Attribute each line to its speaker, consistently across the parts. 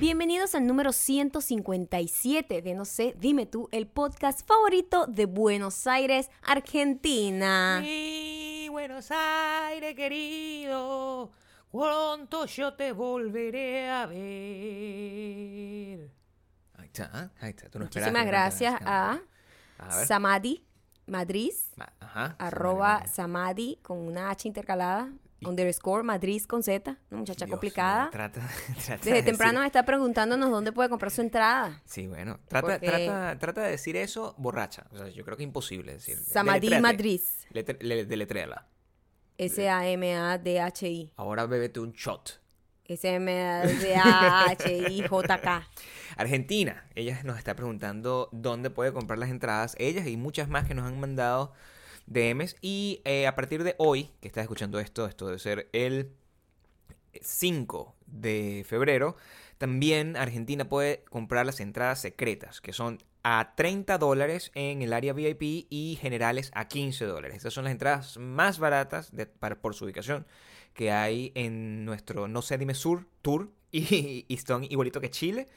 Speaker 1: Bienvenidos al número 157 de No sé, dime tú, el podcast favorito de Buenos Aires,
Speaker 2: Ah.
Speaker 1: Argentina.
Speaker 3: Mi Buenos Aires querido, pronto yo te volveré a ver.
Speaker 2: Ahí está, ¿ah? ahí está. Tú no esperaste
Speaker 1: Muchísimas
Speaker 2: que
Speaker 1: gracias a
Speaker 2: cantara esa canción. A ver.
Speaker 1: Samadhi Madrid,
Speaker 2: Ma- Ajá.
Speaker 1: arroba
Speaker 2: Samara.
Speaker 1: Samadhi con una H intercalada, underscore Madrid con Z, una muchacha
Speaker 2: Dios,
Speaker 1: complicada.
Speaker 2: no, Trata, trata de
Speaker 1: Desde
Speaker 2: decir-
Speaker 1: temprano me está preguntándonos dónde puede comprar su entrada.
Speaker 2: Sí, bueno. Trata,
Speaker 1: Porque-
Speaker 2: trata, trata de decir eso borracha. O sea, yo creo que es imposible decir.
Speaker 1: Samadhi
Speaker 2: Deletréate.
Speaker 1: Madrid.
Speaker 2: Letre- le- deletréala.
Speaker 1: S-A-M-A-D-H-I.
Speaker 2: Ahora bébete un shot.
Speaker 1: S-M-A-D-H-I-J-K.
Speaker 2: Argentina. Ella nos está preguntando dónde puede comprar las entradas. Ellas y muchas más que nos han mandado DMs. Y eh, a partir de hoy, que estás escuchando esto, esto debe ser el 5 de febrero, también Argentina puede comprar las entradas secretas, que son a 30 dólares en el área VIP y generales a 15 dólares. Estas son las entradas más baratas de- para, por su ubicación que hay en nuestro No sé, dime sur tour y, y son igualito que Chile.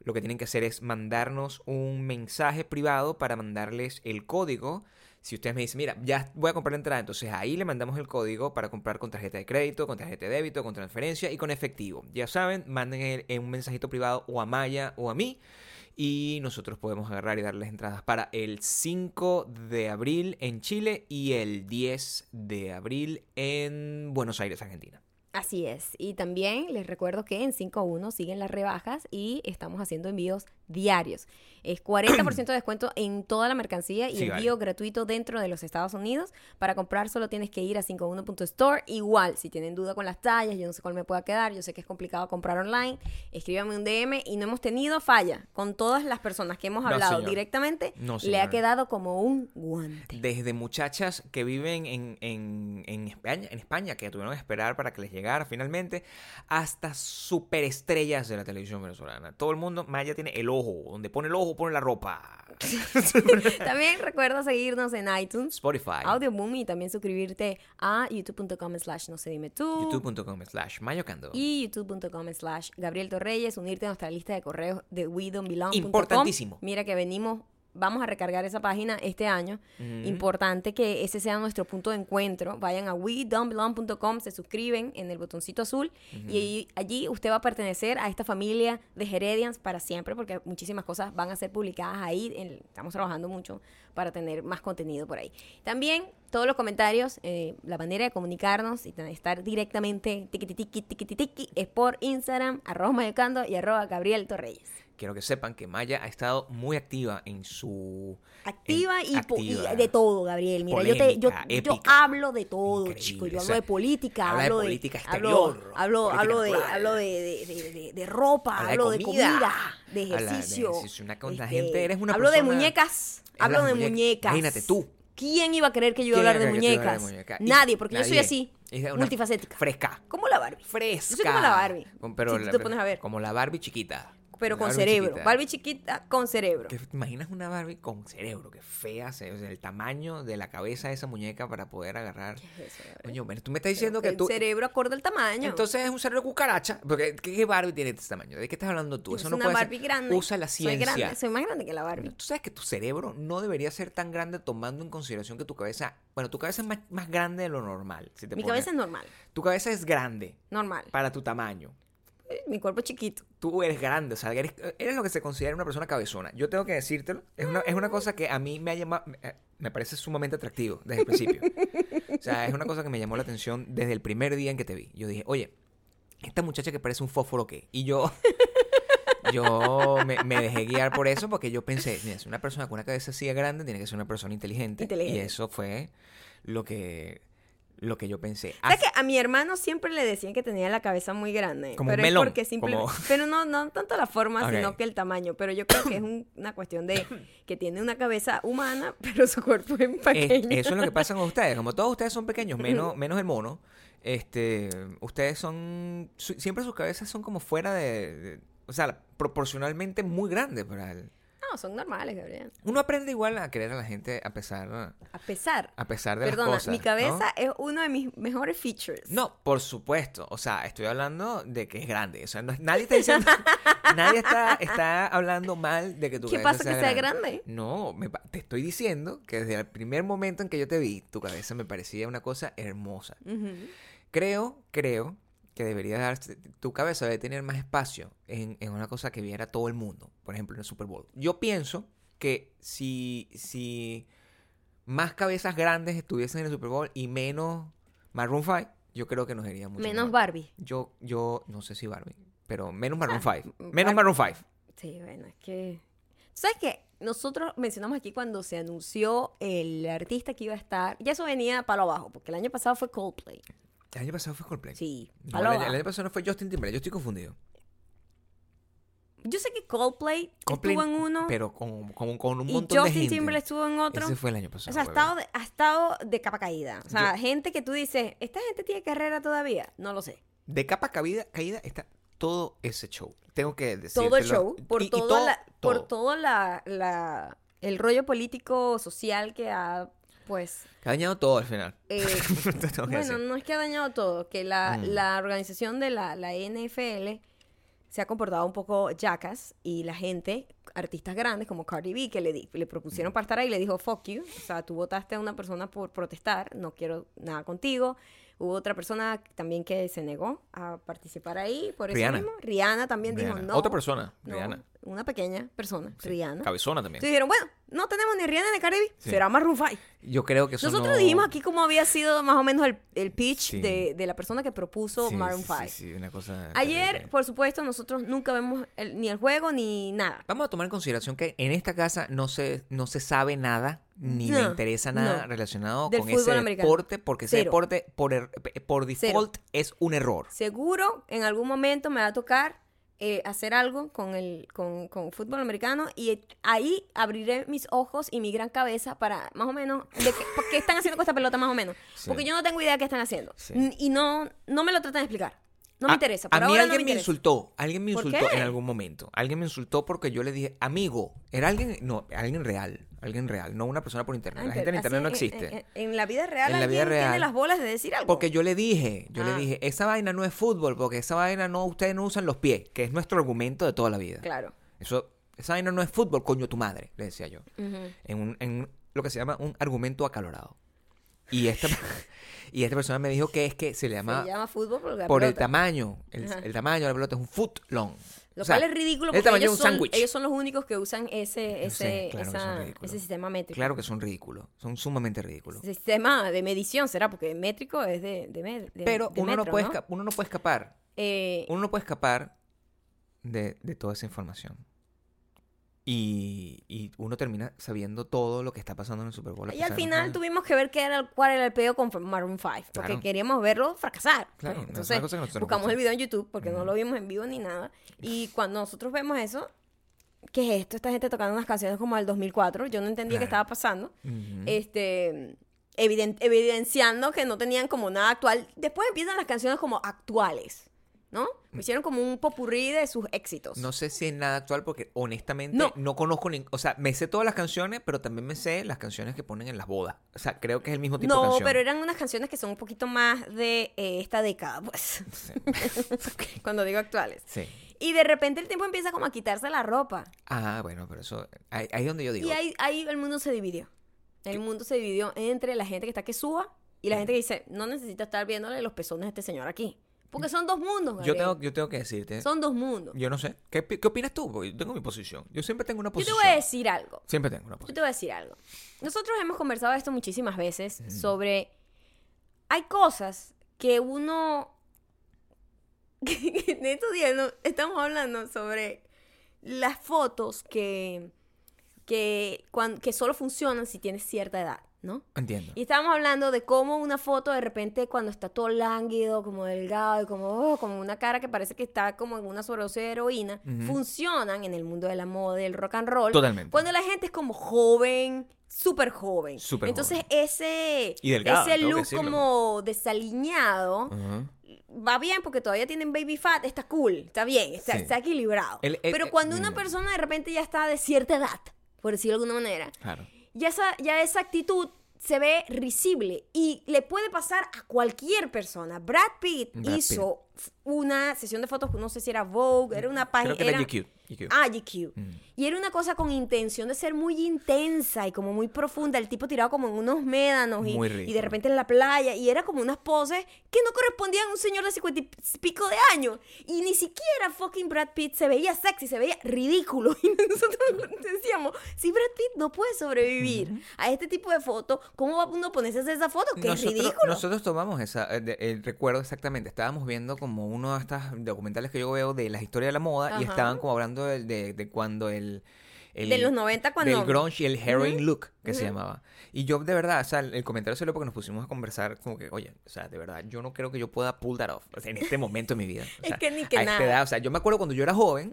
Speaker 2: Lo que tienen que hacer es mandarnos un mensaje privado para mandarles el código. Si ustedes me dicen, mira, ya voy a comprar la entrada, entonces ahí le mandamos el código para comprar con tarjeta de crédito, con tarjeta de débito, con transferencia y con efectivo. Ya saben, manden el- en un mensajito privado o a Maya o a mí y nosotros podemos agarrar y darles entradas para el 5 de abril en Chile y el 10 de abril en Buenos Aires, Argentina.
Speaker 1: Así es. Y también les recuerdo que en 5.1 siguen las rebajas y estamos haciendo envíos diarios. Es 40% de descuento en toda la mercancía y
Speaker 2: Sí, vale.
Speaker 1: envío gratuito dentro de los Estados Unidos. Para comprar solo tienes que ir a 51.store. Igual, si tienen duda con las tallas, yo no sé cuál me pueda quedar, yo sé que es complicado comprar online, escríbame un DM y no hemos tenido falla. Con todas las personas que hemos
Speaker 2: No,
Speaker 1: hablado
Speaker 2: señor.
Speaker 1: directamente,
Speaker 2: No,
Speaker 1: le ha
Speaker 2: señor.
Speaker 1: quedado como un guante.
Speaker 2: Desde muchachas que viven en, en- en España, en España, que tuvieron que esperar para que les llegara finalmente, hasta superestrellas de la televisión venezolana. Todo el mundo, Maya tiene el ojo. Donde pone el ojo, pone la ropa.
Speaker 1: También recuerda seguirnos en iTunes.
Speaker 2: Spotify.
Speaker 1: Audioboom y también suscribirte a youtube.com slash no se dime tú
Speaker 2: YouTube.com slash mayocando.
Speaker 1: y youtube.com slash Gabriel Torreyes, unirte a nuestra lista de correos de we don't belong punto com.
Speaker 2: Importantísimo.
Speaker 1: Mira que venimos, vamos a recargar esa página este año. Importante que ese sea nuestro punto de encuentro. Vayan a WeDon'tBelong.com, se suscriben en el botoncito azul y allí- allí usted va a pertenecer a esta familia de Heredians para siempre porque muchísimas cosas van a ser publicadas ahí. En- Estamos trabajando mucho para tener más contenido por ahí. También todos los comentarios, eh, la manera de comunicarnos y de estar directamente tiqui tiqui tiqui tiqui es por Instagram, arroba mayocando y arroba Gabriel Torreyes.
Speaker 2: Quiero que sepan que Maya ha estado muy activa en su...
Speaker 1: Activa,
Speaker 2: en-
Speaker 1: y, po- y
Speaker 2: activa.
Speaker 1: de todo, Gabriel. Mira, yo,
Speaker 2: Polémica,
Speaker 1: te, yo, yo
Speaker 2: épica.
Speaker 1: hablo de todo,
Speaker 2: Increíble,
Speaker 1: chico. Yo
Speaker 2: o
Speaker 1: hablo
Speaker 2: sea,
Speaker 1: de política,
Speaker 2: habla de
Speaker 1: hablo de
Speaker 2: política
Speaker 1: hablo-
Speaker 2: exterior,
Speaker 1: Hablo,
Speaker 2: política
Speaker 1: hablo, de,
Speaker 2: actual.
Speaker 1: hablo de, de- de- de- de ropa,
Speaker 2: Habla de
Speaker 1: hablo de comida,
Speaker 2: comida,
Speaker 1: de
Speaker 2: habla de
Speaker 1: ejercicio. este,
Speaker 2: ejercicio, una con- la gente- eres una
Speaker 1: hablo de
Speaker 2: persona-
Speaker 1: muñecas,
Speaker 2: Eres
Speaker 1: hablo
Speaker 2: las
Speaker 1: de
Speaker 2: muñecas.
Speaker 1: muñecas.
Speaker 2: Imagínate tú.
Speaker 1: ¿Quién iba a creer que yo iba a hablar de
Speaker 2: ¿Quién era que te iba a
Speaker 1: muñecas?
Speaker 2: hablar de muñecas? Y-
Speaker 1: Nadie, porque yo soy
Speaker 2: nadie.
Speaker 1: así,
Speaker 2: Es una
Speaker 1: multifacética.
Speaker 2: Fresca.
Speaker 1: Como la Barbie.
Speaker 2: Fresca.
Speaker 1: Yo soy como la Barbie.
Speaker 2: Con- pero
Speaker 1: si tú
Speaker 2: la-
Speaker 1: te pones a ver.
Speaker 2: Como la Barbie chiquita.
Speaker 1: pero
Speaker 2: La
Speaker 1: con
Speaker 2: Barbie
Speaker 1: cerebro.
Speaker 2: chiquita.
Speaker 1: Barbie chiquita con cerebro.
Speaker 2: ¿Te imaginas una Barbie con cerebro? Que fea, se- o sea, el tamaño de la cabeza de esa muñeca para poder agarrar.
Speaker 1: ¿Qué es eso, Gabriel?
Speaker 2: Coño, pero tú me estás diciendo que
Speaker 1: el
Speaker 2: tú.
Speaker 1: cerebro acorde al tamaño.
Speaker 2: Entonces es un cerebro cucaracha. Porque, ¿qué, qué Barbie tiene este tamaño? ¿De qué estás hablando tú?
Speaker 1: Yo
Speaker 2: Eso
Speaker 1: soy
Speaker 2: no
Speaker 1: una
Speaker 2: puede ser.
Speaker 1: Barbie grande.
Speaker 2: Usa la ciencia.
Speaker 1: Soy grande, soy más grande que la Barbie.
Speaker 2: Tú sabes que tu cerebro no debería ser tan grande tomando en consideración que tu cabeza. Bueno, tu cabeza es más, más grande de lo normal. si te
Speaker 1: Mi
Speaker 2: pones-
Speaker 1: cabeza es normal,
Speaker 2: Tu cabeza es grande
Speaker 1: normal. Eh,
Speaker 2: para tu tamaño.
Speaker 1: Mi cuerpo es chiquito.
Speaker 2: Tú eres grande, o sea, eres, eres lo que se considera una persona cabezona. Yo tengo que decírtelo. Es una, es una cosa que a mí me ha llamado. eh, Me parece sumamente atractivo desde el principio. O sea, es una cosa que me llamó la atención desde el primer día en que te vi. Yo dije, oye, esta muchacha que parece un fósforo, ¿qué? Y yo. Yo me, me dejé guiar por eso porque yo pensé, mira, si una persona con una cabeza así de grande tiene que ser una persona inteligente.
Speaker 1: Inteligente.
Speaker 2: Y eso fue lo que, lo que yo pensé.
Speaker 1: ¿Sabes que a mi hermano siempre le decían que tenía la cabeza muy grande?
Speaker 2: Como un
Speaker 1: pero
Speaker 2: melón,
Speaker 1: es porque simplemente.
Speaker 2: como-
Speaker 1: Pero no, no tanto la forma,
Speaker 2: Ok.
Speaker 1: sino que el tamaño. Pero yo creo que es un- una cuestión de que tiene una cabeza humana, pero su cuerpo es
Speaker 2: Es-
Speaker 1: pequeño.
Speaker 2: eso es lo que pasa con ustedes. Como todos ustedes son pequeños, menos, menos el mono, este, ustedes son. su- siempre sus cabezas son como fuera de. de- o sea, proporcionalmente muy grandes para el.
Speaker 1: No, son normales, Gabriel.
Speaker 2: Uno aprende igual a querer a la gente a pesar,
Speaker 1: A pesar.
Speaker 2: a pesar de
Speaker 1: Perdona,
Speaker 2: las cosas.
Speaker 1: mi
Speaker 2: ¿no?
Speaker 1: cabeza es uno de mis mejores features.
Speaker 2: No, por supuesto. O sea, estoy hablando de que es grande. O sea, no- nadie está diciendo. nadie está, está hablando mal de que tu
Speaker 1: ¿Qué
Speaker 2: cabeza
Speaker 1: pasa que sea grande?
Speaker 2: No, me pa- te estoy diciendo que desde el primer momento en que yo te vi, tu cabeza me parecía una cosa hermosa.
Speaker 1: Ujú.
Speaker 2: Creo, creo que debería darse. Tu cabeza debe tener más espacio en, en una cosa que viera todo el mundo. Por ejemplo, en el Super Bowl. Yo pienso que si. si más cabezas grandes estuviesen en el Super Bowl y menos Maroon 5, yo creo que nos iría mucho
Speaker 1: Menos
Speaker 2: mejor.
Speaker 1: Barbie.
Speaker 2: Yo, yo no sé si Barbie, pero menos Maroon 5.
Speaker 1: mm,
Speaker 2: Menos
Speaker 1: Barbie.
Speaker 2: Maroon 5.
Speaker 1: Sí, bueno, es que... ¿Sabes qué? Nosotros mencionamos aquí cuando se anunció el artista que iba a estar... Ya eso venía palo abajo, porque el año pasado fue Coldplay.
Speaker 2: El año pasado fue Coldplay.
Speaker 1: Sí,
Speaker 2: No, el,
Speaker 1: palo
Speaker 2: año- el
Speaker 1: abajo.
Speaker 2: año pasado no fue Justin Timberlake. Yo estoy confundido.
Speaker 1: Yo sé que Coldplay,
Speaker 2: Coldplay,
Speaker 1: estuvo en uno
Speaker 2: Pero con, con- con un
Speaker 1: y
Speaker 2: montón de gente.
Speaker 1: Justin Timberlake estuvo en otro.
Speaker 2: Ese fue el año
Speaker 1: O
Speaker 2: pasado.
Speaker 1: sea, ha
Speaker 2: huevón.
Speaker 1: estado, de, ha estado de capa caída. O sea, gente que tú dices, ¿esta gente tiene carrera todavía? No lo sé.
Speaker 2: De capa cabida- caída está todo ese show. Tengo que decir.
Speaker 1: todo el show, por todo, la- por
Speaker 2: todo.
Speaker 1: todo la, la- el rollo político social que ha, pues,
Speaker 2: Ha dañado todo al final.
Speaker 1: eh,
Speaker 2: Te tengo que
Speaker 1: bueno,
Speaker 2: decir.
Speaker 1: no es que ha dañado todo, que la,
Speaker 2: Mm.
Speaker 1: la organización de la, la NFL se ha comportado un poco yacas y la gente, artistas grandes como Cardi B, que le, di- le propusieron
Speaker 2: Mm.
Speaker 1: para estar ahí, le dijo, fuck you, o sea, tú votaste a una persona por protestar, no quiero nada contigo. Hubo otra persona también que se negó a participar ahí, por eso
Speaker 2: Rihanna.
Speaker 1: mismo. Rihanna también dijo
Speaker 2: Rihanna.
Speaker 1: no.
Speaker 2: Otra persona,
Speaker 1: no,
Speaker 2: Rihanna.
Speaker 1: Una pequeña persona, Rihanna.
Speaker 2: Cabezona también.
Speaker 1: Entonces dijeron, bueno, no tenemos ni Rihanna ni Cardi B,
Speaker 2: Sí.
Speaker 1: será más Rufai.
Speaker 2: Yo creo que eso
Speaker 1: Nosotros
Speaker 2: no-
Speaker 1: dijimos aquí cómo había sido más o menos el, el pitch
Speaker 2: Sí.
Speaker 1: de, de la persona que propuso
Speaker 2: Sí,
Speaker 1: Maroon
Speaker 2: sí, sí,
Speaker 1: 5.
Speaker 2: sí, una cosa
Speaker 1: Ayer,
Speaker 2: terrible.
Speaker 1: por supuesto, nosotros nunca vemos el- ni el juego ni nada.
Speaker 2: Vamos a tomar en consideración que en esta casa no se, no se sabe nada, ni me
Speaker 1: No,
Speaker 2: interesa nada
Speaker 1: no.
Speaker 2: relacionado
Speaker 1: Del
Speaker 2: con
Speaker 1: fútbol
Speaker 2: ese
Speaker 1: americano.
Speaker 2: deporte, porque ese
Speaker 1: Cero.
Speaker 2: deporte por, er- por default es un error.
Speaker 1: Seguro, en algún momento me va a tocar eh, hacer algo con el con, con fútbol americano y ahí abriré mis ojos y mi gran cabeza para más o menos de qué, por qué están haciendo con esta pelota más o menos.
Speaker 2: Sí.
Speaker 1: Porque yo no tengo idea de qué están haciendo.
Speaker 2: Sí.
Speaker 1: N- Y no, no me lo tratan de explicar. No me
Speaker 2: A-
Speaker 1: interesa.
Speaker 2: A,
Speaker 1: Por
Speaker 2: mí
Speaker 1: ahora no
Speaker 2: alguien
Speaker 1: me
Speaker 2: me,
Speaker 1: interesa.
Speaker 2: insultó. Alguien me
Speaker 1: ¿Por
Speaker 2: insultó
Speaker 1: qué?
Speaker 2: en algún momento. Alguien me insultó porque yo le dije, amigo, era alguien, no, alguien real. Alguien real, no una persona por internet.
Speaker 1: Ah,
Speaker 2: La gente
Speaker 1: así
Speaker 2: en
Speaker 1: eh,
Speaker 2: internet no
Speaker 1: en-
Speaker 2: existe.
Speaker 1: En, en la vida real
Speaker 2: En la vida
Speaker 1: alguien tiene
Speaker 2: real.
Speaker 1: las bolas de decir algo.
Speaker 2: Porque yo le dije, yo le
Speaker 1: Ah.
Speaker 2: dije, esa vaina no es fútbol, porque esa vaina no, ustedes no usan los pies, que es nuestro argumento de toda la vida.
Speaker 1: Claro.
Speaker 2: Eso, esa vaina no es fútbol, coño tu madre, le decía yo.
Speaker 1: Ujú.
Speaker 2: En, un- en un- lo que se llama un argumento acalorado. Y esta, y esta persona me dijo que es que se le
Speaker 1: Se
Speaker 2: llama,
Speaker 1: le llama fútbol porque la
Speaker 2: por el
Speaker 1: pelota.
Speaker 2: tamaño, el,
Speaker 1: Ajá.
Speaker 2: el tamaño de la pelota es un foot long.
Speaker 1: Lo
Speaker 2: O sea,
Speaker 1: cual es ridículo
Speaker 2: el
Speaker 1: porque
Speaker 2: tamaño de
Speaker 1: ellos
Speaker 2: un
Speaker 1: son,
Speaker 2: sándwich.
Speaker 1: ellos son los únicos que usan ese,
Speaker 2: Yo sé,
Speaker 1: ese,
Speaker 2: claro que
Speaker 1: esa-
Speaker 2: son ridículos.
Speaker 1: ese sistema métrico.
Speaker 2: Claro que son ridículos, son sumamente ridículos.
Speaker 1: Ese sistema de medición será, porque métrico es de, de, me- de-
Speaker 2: Pero
Speaker 1: de
Speaker 2: uno, no
Speaker 1: metro,
Speaker 2: puede esca- uno no puede escapar
Speaker 1: Eh,
Speaker 2: uno no puede escapar de, de toda esa información. Y, y uno termina sabiendo todo lo que está pasando en el Super Bowl. a
Speaker 1: y
Speaker 2: pesar
Speaker 1: al
Speaker 2: de no
Speaker 1: final
Speaker 2: saber.
Speaker 1: tuvimos que ver qué era, el- cuál era el peo con Maroon 5, porque
Speaker 2: Claro.
Speaker 1: queríamos verlo fracasar.
Speaker 2: Claro, es una
Speaker 1: Entonces
Speaker 2: cosa que nosotros nos
Speaker 1: buscamos
Speaker 2: gusta.
Speaker 1: el video en YouTube, porque no
Speaker 2: Ujú.
Speaker 1: lo vimos en vivo ni nada. Y cuando nosotros vemos eso, ¿qué es esto? Esta gente tocando unas canciones como del 2004, yo no entendía qué
Speaker 2: Claro.
Speaker 1: estaba pasando.
Speaker 2: Ujú.
Speaker 1: este eviden- evidenciando que no tenían como nada actual. Después empiezan las canciones como actuales, ¿no? Hicieron como un popurrí de sus éxitos.
Speaker 2: Mm. No sé si es nada actual porque honestamente no,
Speaker 1: No.
Speaker 2: conozco ni... O sea, me sé todas las canciones, pero también me sé las canciones que ponen en las bodas. O sea, creo que es el mismo tipo
Speaker 1: No,
Speaker 2: de canción.
Speaker 1: pero eran unas canciones que son un poquito más de eh, esta década, pues. Cuando digo actuales.
Speaker 2: Sí.
Speaker 1: Y de repente el tiempo empieza como a quitarse la ropa.
Speaker 2: Ah, bueno, pero eso... Ahí, ahí es donde yo digo...
Speaker 1: Y ahí, ahí el mundo se dividió. El mundo se dividió entre la gente que está que suba y la gente que dice, no necesito estar viéndole los pezones a este señor aquí. Porque son dos mundos,
Speaker 2: Mm. yo,
Speaker 1: Gabriel.
Speaker 2: tengo, yo tengo que decirte...
Speaker 1: Son dos mundos.
Speaker 2: Yo no sé. ¿Qué, pi- qué opinas tú? Porque yo tengo mi posición. Yo siempre tengo una
Speaker 1: Yo te
Speaker 2: posición.
Speaker 1: voy a decir algo.
Speaker 2: Siempre tengo una posición.
Speaker 1: Yo te voy a decir algo. Nosotros hemos conversado esto muchísimas veces sobre. Hay cosas que uno. que en estos días no- estamos hablando sobre las fotos que. que, cuan- que solo funcionan si tienes cierta edad, ¿no?
Speaker 2: Entiendo.
Speaker 1: Y estábamos hablando de cómo una foto de repente cuando está todo lánguido, como delgado y como, oh, como una cara que parece que está como en una sobredosis de heroína,
Speaker 2: Ujú.
Speaker 1: funcionan en el mundo de la moda, del rock and roll.
Speaker 2: Totalmente.
Speaker 1: Cuando la gente es como joven, súper joven.
Speaker 2: Súper
Speaker 1: Entonces
Speaker 2: joven.
Speaker 1: ese,
Speaker 2: Y delgada,
Speaker 1: ese
Speaker 2: tengo que
Speaker 1: look
Speaker 2: decirlo.
Speaker 1: como desaliñado
Speaker 2: Ajá.
Speaker 1: va bien porque todavía tienen baby fat, está cool, está bien, está,
Speaker 2: Sí.
Speaker 1: está equilibrado.
Speaker 2: El- el-
Speaker 1: Pero cuando
Speaker 2: eh,
Speaker 1: una
Speaker 2: mm.
Speaker 1: persona de repente ya está de cierta edad, por decirlo de alguna manera,
Speaker 2: Claro.
Speaker 1: ya esa, ya esa actitud se ve risible y le puede pasar a cualquier persona. Brad Pitt
Speaker 2: Brad
Speaker 1: hizo f- una sesión de fotos, no sé si era Vogue, era una página...
Speaker 2: Creo que era
Speaker 1: era-
Speaker 2: GQ. GQ.
Speaker 1: Ah, GQ.
Speaker 2: Mm.
Speaker 1: Y era una cosa con intención de ser muy intensa y como muy profunda. El tipo tirado como en unos médanos y,
Speaker 2: Muy rico.
Speaker 1: y de repente en la playa. Y era como unas poses que no correspondían a un señor de cincuenta y pico de años. Y ni siquiera fucking Brad Pitt se veía sexy, se veía ridículo. Y nosotros decíamos, si Brad Pitt no puede sobrevivir a este tipo de foto, ¿cómo va uno a ponerse a hacer esa foto? Que es
Speaker 2: Nosotros-
Speaker 1: ridículo.
Speaker 2: Nosotros tomamos esa, eh, de- el, recuerdo exactamente. Estábamos viendo como uno de estos documentales que yo veo de la historia de la moda
Speaker 1: Ajá.
Speaker 2: y estaban como hablando de, de- de cuando el, el-
Speaker 1: De los 90 cuando-
Speaker 2: Del grunge y el heroin look que se
Speaker 1: ujú.
Speaker 2: llamaba. Y yo de verdad, o sea, el, el comentario solo porque nos pusimos a conversar como que, oye, o sea, de verdad, yo no creo que yo pueda pull that off o sea, en este momento de mi vida. O
Speaker 1: Es
Speaker 2: sea,
Speaker 1: que ni que
Speaker 2: a esta
Speaker 1: nada.
Speaker 2: edad, o sea, yo me acuerdo cuando yo era joven,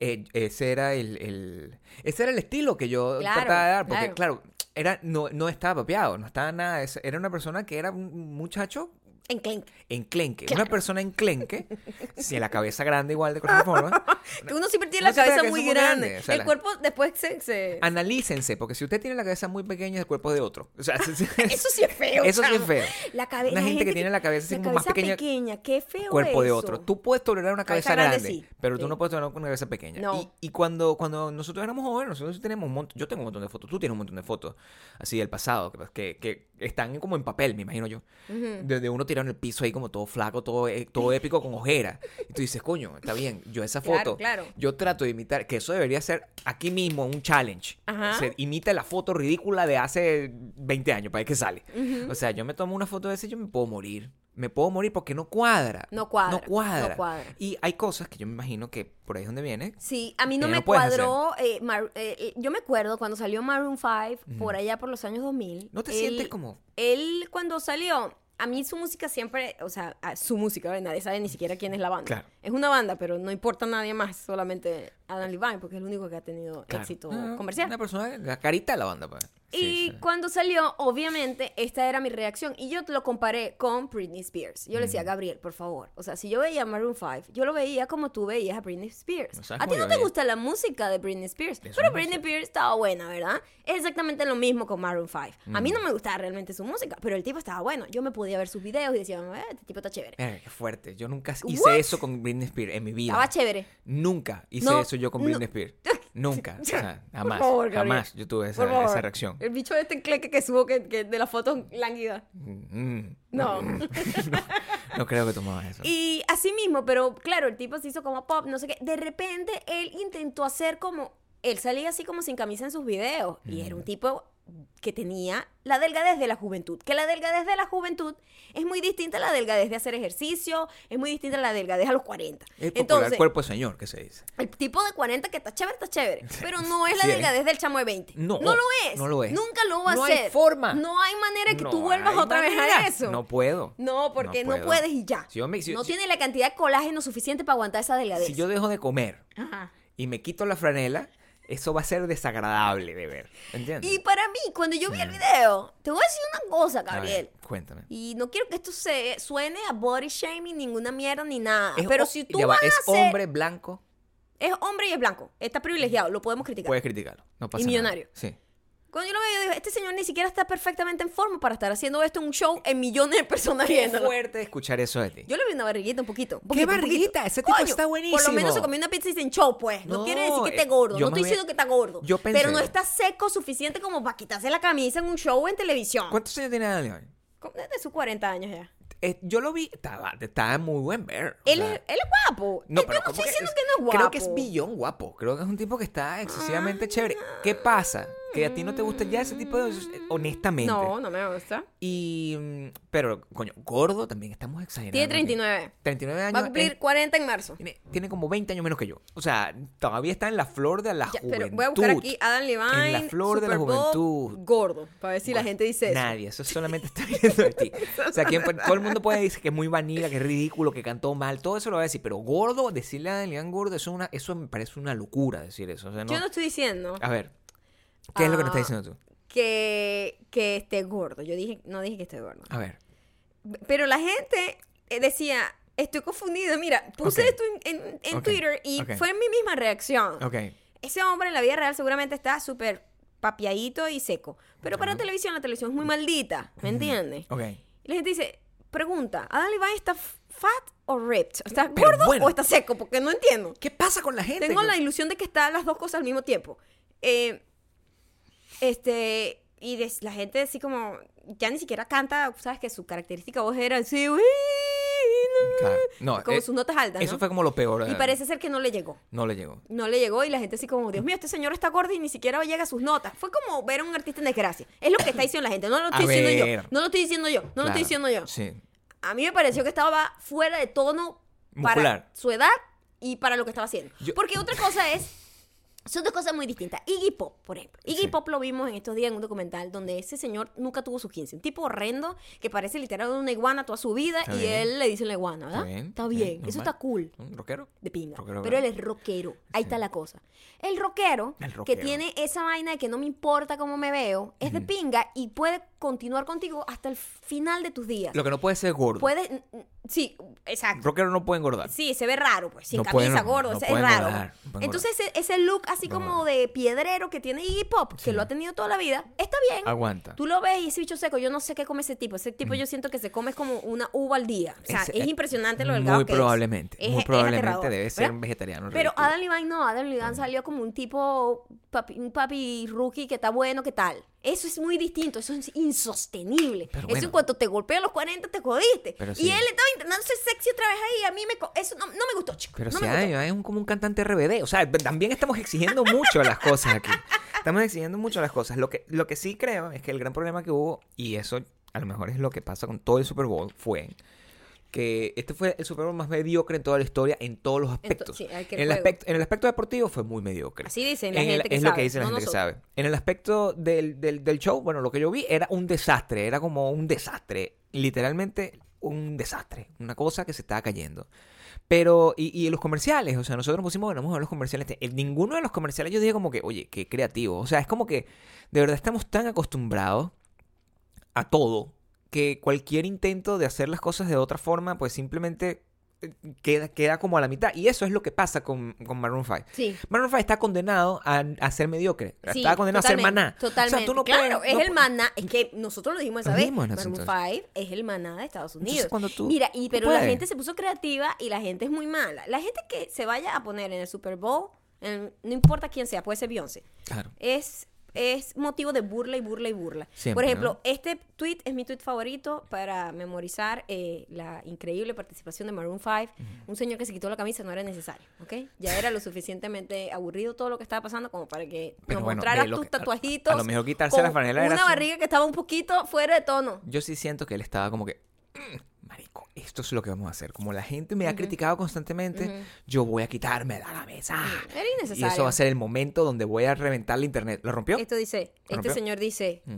Speaker 2: eh, ese era el, el- ese era el estilo que yo
Speaker 1: Claro,
Speaker 2: trataba de dar, porque
Speaker 1: claro.
Speaker 2: claro, era no, no estaba papeado, no estaba nada, de eso. era una persona que era un muchacho
Speaker 1: En clink.
Speaker 2: enclenque, una persona enclenque, sin la cabeza grande igual de cualquier forma.
Speaker 1: Que uno siempre tiene
Speaker 2: Uno
Speaker 1: la
Speaker 2: siempre
Speaker 1: cabeza
Speaker 2: tiene la
Speaker 1: muy
Speaker 2: cabeza muy
Speaker 1: grande.
Speaker 2: grande, o sea,
Speaker 1: el
Speaker 2: la-
Speaker 1: cuerpo después se... se-
Speaker 2: Analícense, porque si usted tiene la cabeza muy pequeña, el cuerpo es de otro. O sea,
Speaker 1: Eso sí es feo.
Speaker 2: Eso sí es
Speaker 1: chamo.
Speaker 2: feo.
Speaker 1: La cabeza.
Speaker 2: Una gente que tiene la cabeza así como más pequeña-
Speaker 1: Qué feo.
Speaker 2: cuerpo de
Speaker 1: eso.
Speaker 2: otro. Tú puedes tolerar una
Speaker 1: Cabeza
Speaker 2: cabeza, grande,
Speaker 1: grande, sí.
Speaker 2: pero
Speaker 1: Sí.
Speaker 2: tú no puedes tolerar una cabeza pequeña.
Speaker 1: No.
Speaker 2: Y, y cuando, cuando nosotros éramos jóvenes, nosotros tenemos un montón, yo tengo un montón de fotos, tú tienes un montón de fotos, así del pasado, que, que, que están como en papel, me imagino yo. de, de uno tirado en el piso ahí como todo flaco, todo, eh, todo épico con ojera. Y tú dices, coño, está bien, yo esa
Speaker 1: Claro,
Speaker 2: foto,
Speaker 1: claro.
Speaker 2: yo trato de imitar, que eso debería ser aquí mismo un challenge.
Speaker 1: Ajá.
Speaker 2: Se imita la foto ridícula de hace 20 años, para ver qué sale. O sea, yo me tomo una foto de ese y yo me puedo morir. Me puedo morir porque no cuadra.
Speaker 1: No cuadra,
Speaker 2: No cuadra.
Speaker 1: no cuadra.
Speaker 2: Y hay cosas que yo me imagino que por ahí es donde viene.
Speaker 1: Sí, a mí
Speaker 2: Que
Speaker 1: no
Speaker 2: ya
Speaker 1: me
Speaker 2: no puedes
Speaker 1: cuadró. eh, Mar- eh, eh, yo me acuerdo cuando salió Maroon 5 por allá por los años 2000.
Speaker 2: ¿No te
Speaker 1: él-
Speaker 2: sientes como-
Speaker 1: Él cuando salió. A mí su música siempre, o sea, a- su música, ¿verdad? nadie sabe ni siquiera quién es la banda.
Speaker 2: Claro.
Speaker 1: Es una banda, pero no importa a nadie más, solamente Adam Levine, porque es el único que ha tenido
Speaker 2: claro, Ah,
Speaker 1: éxito
Speaker 2: no,
Speaker 1: comercial.
Speaker 2: Una persona, la carita de la banda. pues.
Speaker 1: Y
Speaker 2: Sí, sí.
Speaker 1: cuando salió, obviamente, esta era mi reacción. Y yo lo comparé con Britney Spears. Yo le decía, Gabriel, por favor. O sea, si yo veía Maroon 5, yo lo veía como tú veías a Britney Spears.
Speaker 2: O sea,
Speaker 1: a
Speaker 2: como
Speaker 1: ti
Speaker 2: yo
Speaker 1: no te
Speaker 2: veía.
Speaker 1: gusta la música de Britney Spears.
Speaker 2: Eso
Speaker 1: Pero
Speaker 2: no
Speaker 1: Britney Spears estaba buena, ¿verdad? Es exactamente lo mismo con Maroon 5. A mí no me gustaba realmente su música, pero el tipo estaba bueno. Yo me podía ver sus videos y decía, "Eh, este tipo está chévere.
Speaker 2: Mira, qué fuerte. Yo nunca hice
Speaker 1: What?
Speaker 2: eso con Britney Spears en mi vida.
Speaker 1: Estaba chévere.
Speaker 2: Nunca hice
Speaker 1: No,
Speaker 2: eso yo con
Speaker 1: no.
Speaker 2: Britney Spears. Nunca. O sea, jamás.
Speaker 1: favor, Gabriel.
Speaker 2: jamás yo tuve esa,
Speaker 1: Por favor.
Speaker 2: esa reacción.
Speaker 1: El bicho de este cleque que subo que, que de las fotos lánguidas.
Speaker 2: Mm, mm.
Speaker 1: No.
Speaker 2: No creo que tomabas eso.
Speaker 1: Y así mismo, pero claro, el tipo se hizo como pop, no sé qué. De repente él intentó hacer como. Él salía así como sin camisa en sus videos. Y era un tipo que tenía la delgadez de la juventud. Que la delgadez de la juventud es muy distinta a la delgadez de hacer ejercicio, es muy distinta a la delgadez a los 40.
Speaker 2: el popular
Speaker 1: Entonces,
Speaker 2: cuerpo de señor, ¿qué se dice?
Speaker 1: el tipo de 40 que está chévere, está chévere. Pero no es la
Speaker 2: Sí, ¿eh?
Speaker 1: delgadez del chamo de 20.
Speaker 2: No,
Speaker 1: lo es.
Speaker 2: no lo es.
Speaker 1: Nunca lo va
Speaker 2: No
Speaker 1: a
Speaker 2: hay
Speaker 1: ser.
Speaker 2: forma.
Speaker 1: No hay manera que
Speaker 2: No
Speaker 1: tú vuelvas
Speaker 2: hay
Speaker 1: otra vez a
Speaker 2: manera.
Speaker 1: eso.
Speaker 2: No puedo.
Speaker 1: No, porque no,
Speaker 2: puedo.
Speaker 1: puedes y ya.
Speaker 2: Si yo, me- si-
Speaker 1: no
Speaker 2: si-
Speaker 1: tiene la cantidad de colágeno suficiente para aguantar esa delgadez.
Speaker 2: si yo dejo de comer
Speaker 1: Ajá.
Speaker 2: y me quito la franela, eso va a ser desagradable de ver. ¿Entiendes?
Speaker 1: Y para mí, cuando yo vi el video, te voy a decir una cosa,
Speaker 2: A ver,
Speaker 1: Gabriel.
Speaker 2: cuéntame.
Speaker 1: Y no quiero que esto se suene a body shaming, ninguna mierda ni nada.
Speaker 2: Es
Speaker 1: Pero
Speaker 2: ho-
Speaker 1: si tú
Speaker 2: ya va,
Speaker 1: vas
Speaker 2: es
Speaker 1: a ser...
Speaker 2: hombre blanco,
Speaker 1: Es hombre y es blanco. Está privilegiado, lo podemos criticar.
Speaker 2: puedes criticarlo. No pasa nada.
Speaker 1: millonario.
Speaker 2: Sí.
Speaker 1: Cuando yo lo veo, yo digo, este señor ni siquiera está perfectamente en forma para estar haciendo esto en un show en millones de personas
Speaker 2: Qué
Speaker 1: viéndolo.
Speaker 2: fuerte escuchar eso de ti.
Speaker 1: Yo le vi una barriguita un poquito. un
Speaker 2: ¿Qué
Speaker 1: poquito, un
Speaker 2: barriguita?
Speaker 1: poquito.
Speaker 2: Ese tipo está
Speaker 1: Por
Speaker 2: buenísimo.
Speaker 1: lo menos se comió una pizza y se hinchó, pues. No,
Speaker 2: No,
Speaker 1: quiere decir que
Speaker 2: eh,
Speaker 1: esté gordo.
Speaker 2: yo
Speaker 1: No
Speaker 2: más
Speaker 1: estoy
Speaker 2: bien-
Speaker 1: diciendo que está gordo.
Speaker 2: yo pensé-
Speaker 1: Pero no está seco suficiente como para quitarse la camisa en un show en televisión.
Speaker 2: ¿Cuántos años tiene Daniel hoy?
Speaker 1: Como Desde sus 40 años ya.
Speaker 2: Eh, yo lo vi, estaba, estaba muy buen ver. o
Speaker 1: Él,
Speaker 2: sea.
Speaker 1: es, él es guapo.
Speaker 2: No,
Speaker 1: Yo
Speaker 2: pero
Speaker 1: no
Speaker 2: ¿cómo
Speaker 1: estoy diciendo
Speaker 2: que
Speaker 1: que no es guapo. Ah.
Speaker 2: Creo que es billón guapo. Creo que es un tipo que está excesivamente chévere. ¿Qué pasa? Que a ti no te gusta ya ese tipo de... Honestamente.
Speaker 1: No, no me gusta.
Speaker 2: Y... mm, Pero, coño, gordo también estamos exagerando.
Speaker 1: Tiene
Speaker 2: aquí.
Speaker 1: 39.
Speaker 2: 39 años.
Speaker 1: Va a cumplir
Speaker 2: es-
Speaker 1: 40 en marzo.
Speaker 2: tiene, tiene como 20 años menos que yo. O sea, todavía está en la flor de la
Speaker 1: Ya,
Speaker 2: juventud.
Speaker 1: pero voy a buscar aquí Adam Levine.
Speaker 2: En la flor de la
Speaker 1: Super Bob,
Speaker 2: juventud.
Speaker 1: Gordo. Para ver si la
Speaker 2: Bueno,
Speaker 1: gente dice eso.
Speaker 2: Nadie, eso solamente está viendo de ti. O sea, quien- todo el mundo puede decir que es muy vanilla, que es ridículo, que cantó mal, todo eso lo va a decir, pero gordo, decirle a Daniel gordo, eso, es una, eso me parece una locura decir eso. o sea, no- Ah.
Speaker 1: Yo no estoy diciendo
Speaker 2: A ver, ¿qué es lo que nos estás diciendo tú?
Speaker 1: que, que esté gordo. Yo dije, no dije que esté gordo.
Speaker 2: A ver,
Speaker 1: Pero la gente eh, decía, Estoy confundida. Mira, puse
Speaker 2: Ok.
Speaker 1: esto en, en- en
Speaker 2: Ok.
Speaker 1: Twitter y
Speaker 2: Ok.
Speaker 1: fue mi misma reacción.
Speaker 2: Ok.
Speaker 1: Ese hombre en la vida real seguramente está súper papiadito y seco. Pero para televisión, la televisión es muy maldita. ¿Me entiendes?
Speaker 2: Ok.
Speaker 1: Y la gente dice, pregunta, ¿Adam Levine está f- fat o ripped? ¿Está
Speaker 2: Pero
Speaker 1: gordo
Speaker 2: bueno.
Speaker 1: o está seco? Porque no entiendo.
Speaker 2: ¿Qué pasa con la gente?
Speaker 1: Tengo
Speaker 2: Este, Yo-
Speaker 1: la ilusión de que están las dos cosas al mismo tiempo. Eh, este, y des- la gente así como, ya ni siquiera canta, sabes que su característica voz era así, "Uy, no".
Speaker 2: Claro. No,
Speaker 1: como
Speaker 2: eh,
Speaker 1: sus notas altas.
Speaker 2: Eso
Speaker 1: ¿no?
Speaker 2: fue como lo peor.
Speaker 1: Y
Speaker 2: eh,
Speaker 1: parece ser que no le llegó.
Speaker 2: No le llegó.
Speaker 1: No le llegó y la gente así como, Dios mío, este señor está gordo y ni siquiera llega a sus notas. Fue como ver a un artista en desgracia. Es lo que está diciendo la gente, no lo estoy
Speaker 2: A
Speaker 1: diciendo
Speaker 2: ver.
Speaker 1: yo. No lo estoy diciendo yo, no lo
Speaker 2: Claro.
Speaker 1: estoy diciendo yo.
Speaker 2: Sí.
Speaker 1: A mí me pareció que estaba fuera de tono
Speaker 2: Muscular.
Speaker 1: para su edad y para lo que estaba haciendo.
Speaker 2: Yo-
Speaker 1: Porque otra cosa es. Son dos cosas muy distintas. Iggy Pop, por ejemplo. Iggy
Speaker 2: Sí.
Speaker 1: Pop lo vimos en estos días en un documental donde ese señor nunca tuvo sus 15. Un tipo horrendo que parece literal una iguana toda su vida
Speaker 2: Está
Speaker 1: y
Speaker 2: bien.
Speaker 1: él le dice la iguana, ¿verdad?
Speaker 2: Está bien,
Speaker 1: Está
Speaker 2: bien,
Speaker 1: bien. Eso
Speaker 2: normal.
Speaker 1: está cool
Speaker 2: ¿Un rockero?
Speaker 1: de pinga.
Speaker 2: Rockero,
Speaker 1: pero él
Speaker 2: ¿verdad?
Speaker 1: es rockero. Ahí está la cosa. El rockero,
Speaker 2: El
Speaker 1: que
Speaker 2: rockero.
Speaker 1: tiene esa vaina de que no me importa cómo me veo, es de pinga y puede continuar contigo hasta el final de tus días.
Speaker 2: Lo que no puede ser gordo.
Speaker 1: Puede. n- n- Sí, exacto.
Speaker 2: Rockero no puede engordar.
Speaker 1: Sí, se ve raro, pues. Sin
Speaker 2: No puede,
Speaker 1: camisa,
Speaker 2: no,
Speaker 1: gordo,
Speaker 2: no
Speaker 1: es- es
Speaker 2: puede
Speaker 1: raro.
Speaker 2: engordar, no puede
Speaker 1: Entonces, ese, ese look así como de piedrero que tiene Iggy Pop, que lo ha tenido toda la vida, está bien.
Speaker 2: Aguanta.
Speaker 1: Tú lo ves y ese bicho seco, yo no sé qué come ese tipo. Ese tipo yo siento que se come como una uva al día. O sea,
Speaker 2: Mm. Ese-
Speaker 1: es, impresionante lo delgado
Speaker 2: eh, Muy
Speaker 1: que es.
Speaker 2: probablemente.
Speaker 1: Es-
Speaker 2: muy
Speaker 1: es
Speaker 2: probablemente
Speaker 1: aterrador,
Speaker 2: debe ser
Speaker 1: ¿verdad?
Speaker 2: un vegetariano.
Speaker 1: Pero
Speaker 2: ridículo.
Speaker 1: Adam Levine no, Adam Levine salió como un tipo, papi, un papi rookie que está bueno, que tal. Eso es muy distinto, eso es insostenible.
Speaker 2: Pero
Speaker 1: Eso
Speaker 2: bueno.
Speaker 1: en cuanto te golpea a los 40 te jodiste.
Speaker 2: Pero
Speaker 1: Y
Speaker 2: sí.
Speaker 1: él estaba intentando ser sexy otra vez ahí, a mí me... co- Eso no, no me gustó, chico.
Speaker 2: Pero
Speaker 1: no
Speaker 2: si
Speaker 1: me
Speaker 2: hay-
Speaker 1: gustó.
Speaker 2: hay un- como un cantante RBD. O sea, también estamos exigiendo mucho las cosas aquí. Estamos exigiendo mucho las cosas. Lo que, lo que sí creo es que el gran problema que hubo, y eso a lo mejor es lo que pasa con todo el Super Bowl, fue que este fue el Super Bowl más mediocre en toda la historia en todos los aspectos.
Speaker 1: sí, hay que
Speaker 2: en, el
Speaker 1: juego.
Speaker 2: aspecto, en el aspecto deportivo fue muy mediocre.
Speaker 1: Así dicen la
Speaker 2: En el-
Speaker 1: gente que
Speaker 2: es lo que
Speaker 1: sabe,
Speaker 2: dice la
Speaker 1: no
Speaker 2: gente que
Speaker 1: nosotros.
Speaker 2: sabe. En el aspecto del, del- del show, bueno, lo que yo vi era un desastre, era como un desastre, literalmente un desastre, una cosa que se estaba cayendo. Pero, y, y los comerciales, o sea, nosotros pusimos, bueno, vamos a ver los comerciales. Este, En ninguno de los comerciales yo dije como que, oye, qué creativo. O sea, es como que de verdad estamos tan acostumbrados a todo que cualquier intento de hacer las cosas de otra forma, pues simplemente eh, queda, queda como a la mitad. Y eso es lo que pasa con, con Maroon 5.
Speaker 1: Sí.
Speaker 2: Maroon 5 está condenado a, a ser mediocre.
Speaker 1: Sí,
Speaker 2: está condenado a ser
Speaker 1: totalmente,
Speaker 2: maná.
Speaker 1: Totalmente.
Speaker 2: O sea, tú no
Speaker 1: claro,
Speaker 2: puedes-
Speaker 1: es
Speaker 2: no
Speaker 1: el
Speaker 2: pu-
Speaker 1: maná. Es que nosotros lo dijimos esa
Speaker 2: Lo
Speaker 1: vez.
Speaker 2: dijimos en ese
Speaker 1: Maroon
Speaker 2: entonces.
Speaker 1: 5 es el maná de Estados
Speaker 2: Entonces,
Speaker 1: Unidos.
Speaker 2: cuando tú-
Speaker 1: Mira, y,
Speaker 2: tú
Speaker 1: pero la
Speaker 2: puedes.
Speaker 1: gente se puso creativa y la gente es muy mala. La gente que se vaya a poner en el Super Bowl, en- no importa quién sea, puede ser Beyoncé,
Speaker 2: Claro.
Speaker 1: es, es motivo de burla y burla y burla. Por
Speaker 2: Siempre,
Speaker 1: ejemplo,
Speaker 2: ¿no?
Speaker 1: este tweet es mi tweet favorito para memorizar eh, la increíble participación de Maroon 5. Un señor que se quitó la camisa no era necesario, ¿ok? Ya era lo suficientemente aburrido todo lo que estaba pasando como para que
Speaker 2: Pero
Speaker 1: nos
Speaker 2: bueno,
Speaker 1: mostraras
Speaker 2: ve lo
Speaker 1: tus
Speaker 2: que- a-
Speaker 1: tatuajitos.
Speaker 2: a lo mejor quitarse
Speaker 1: con
Speaker 2: la franela era
Speaker 1: Una
Speaker 2: su-
Speaker 1: barriga que estaba un poquito fuera de tono.
Speaker 2: Yo sí siento que él estaba como que, "Mm, marico, esto es lo que vamos a hacer. Como la gente me ha criticado constantemente, yo voy a quitarme la cabeza.
Speaker 1: Era
Speaker 2: Y eso
Speaker 1: innecesario.
Speaker 2: va a ser el momento donde voy a reventar la internet. ¿Lo rompió?
Speaker 1: Esto dice, este
Speaker 2: Rompió.
Speaker 1: señor dice,
Speaker 2: Mm.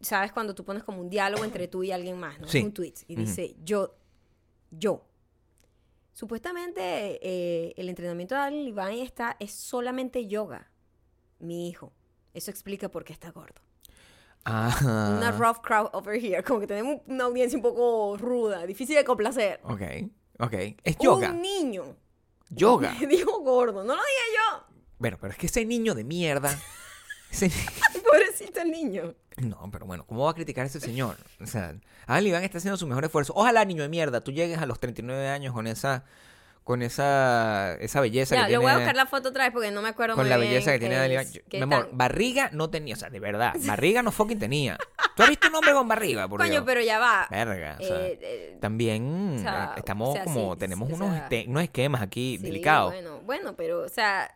Speaker 1: ¿sabes? Cuando tú pones como un diálogo entre tú y alguien más, ¿no?
Speaker 2: Sí.
Speaker 1: Un tweet. Y dice, yo, yo. Supuestamente eh, el entrenamiento de Allen Levine está, es solamente yoga. Mi hijo. Eso explica por qué está gordo.
Speaker 2: Ah.
Speaker 1: Una rough crowd over here. Como que tenemos una audiencia un poco ruda, difícil de complacer.
Speaker 2: Ok, ok. Es yoga.
Speaker 1: Un niño
Speaker 2: Yoga.
Speaker 1: me dijo gordo. No lo dije
Speaker 2: Bueno, pero es que ese niño de mierda. ese ni-
Speaker 1: yo. Pobrecito el niño.
Speaker 2: No, pero bueno, ¿cómo va a criticar a ese señor? O sea, Alan Iván está haciendo su mejor esfuerzo. Ojalá, niño de mierda, tú llegues a los 39 años con esa con esa esa belleza
Speaker 1: Ya,
Speaker 2: que
Speaker 1: le
Speaker 2: tiene
Speaker 1: voy a buscar la foto otra vez porque no me acuerdo
Speaker 2: con
Speaker 1: muy
Speaker 2: la
Speaker 1: bien
Speaker 2: belleza que
Speaker 1: qué
Speaker 2: tiene Alan Iván.
Speaker 1: es-
Speaker 2: Yo-
Speaker 1: qué
Speaker 2: Mi amor,
Speaker 1: tan-
Speaker 2: barriga no tenía, o sea, de verdad, barriga no fucking tenía. ¿Tú has visto un hombre con barriga? Por
Speaker 1: Coño,
Speaker 2: Dios?
Speaker 1: pero ya va.
Speaker 2: Verga, o sea,
Speaker 1: Eh, eh,
Speaker 2: también
Speaker 1: o sea,
Speaker 2: eh, estamos
Speaker 1: o sea,
Speaker 2: como
Speaker 1: sí,
Speaker 2: tenemos
Speaker 1: o
Speaker 2: unos,
Speaker 1: sea,
Speaker 2: este- unos esquemas aquí
Speaker 1: sí,
Speaker 2: delicados.
Speaker 1: Bueno, bueno, pero, o sea.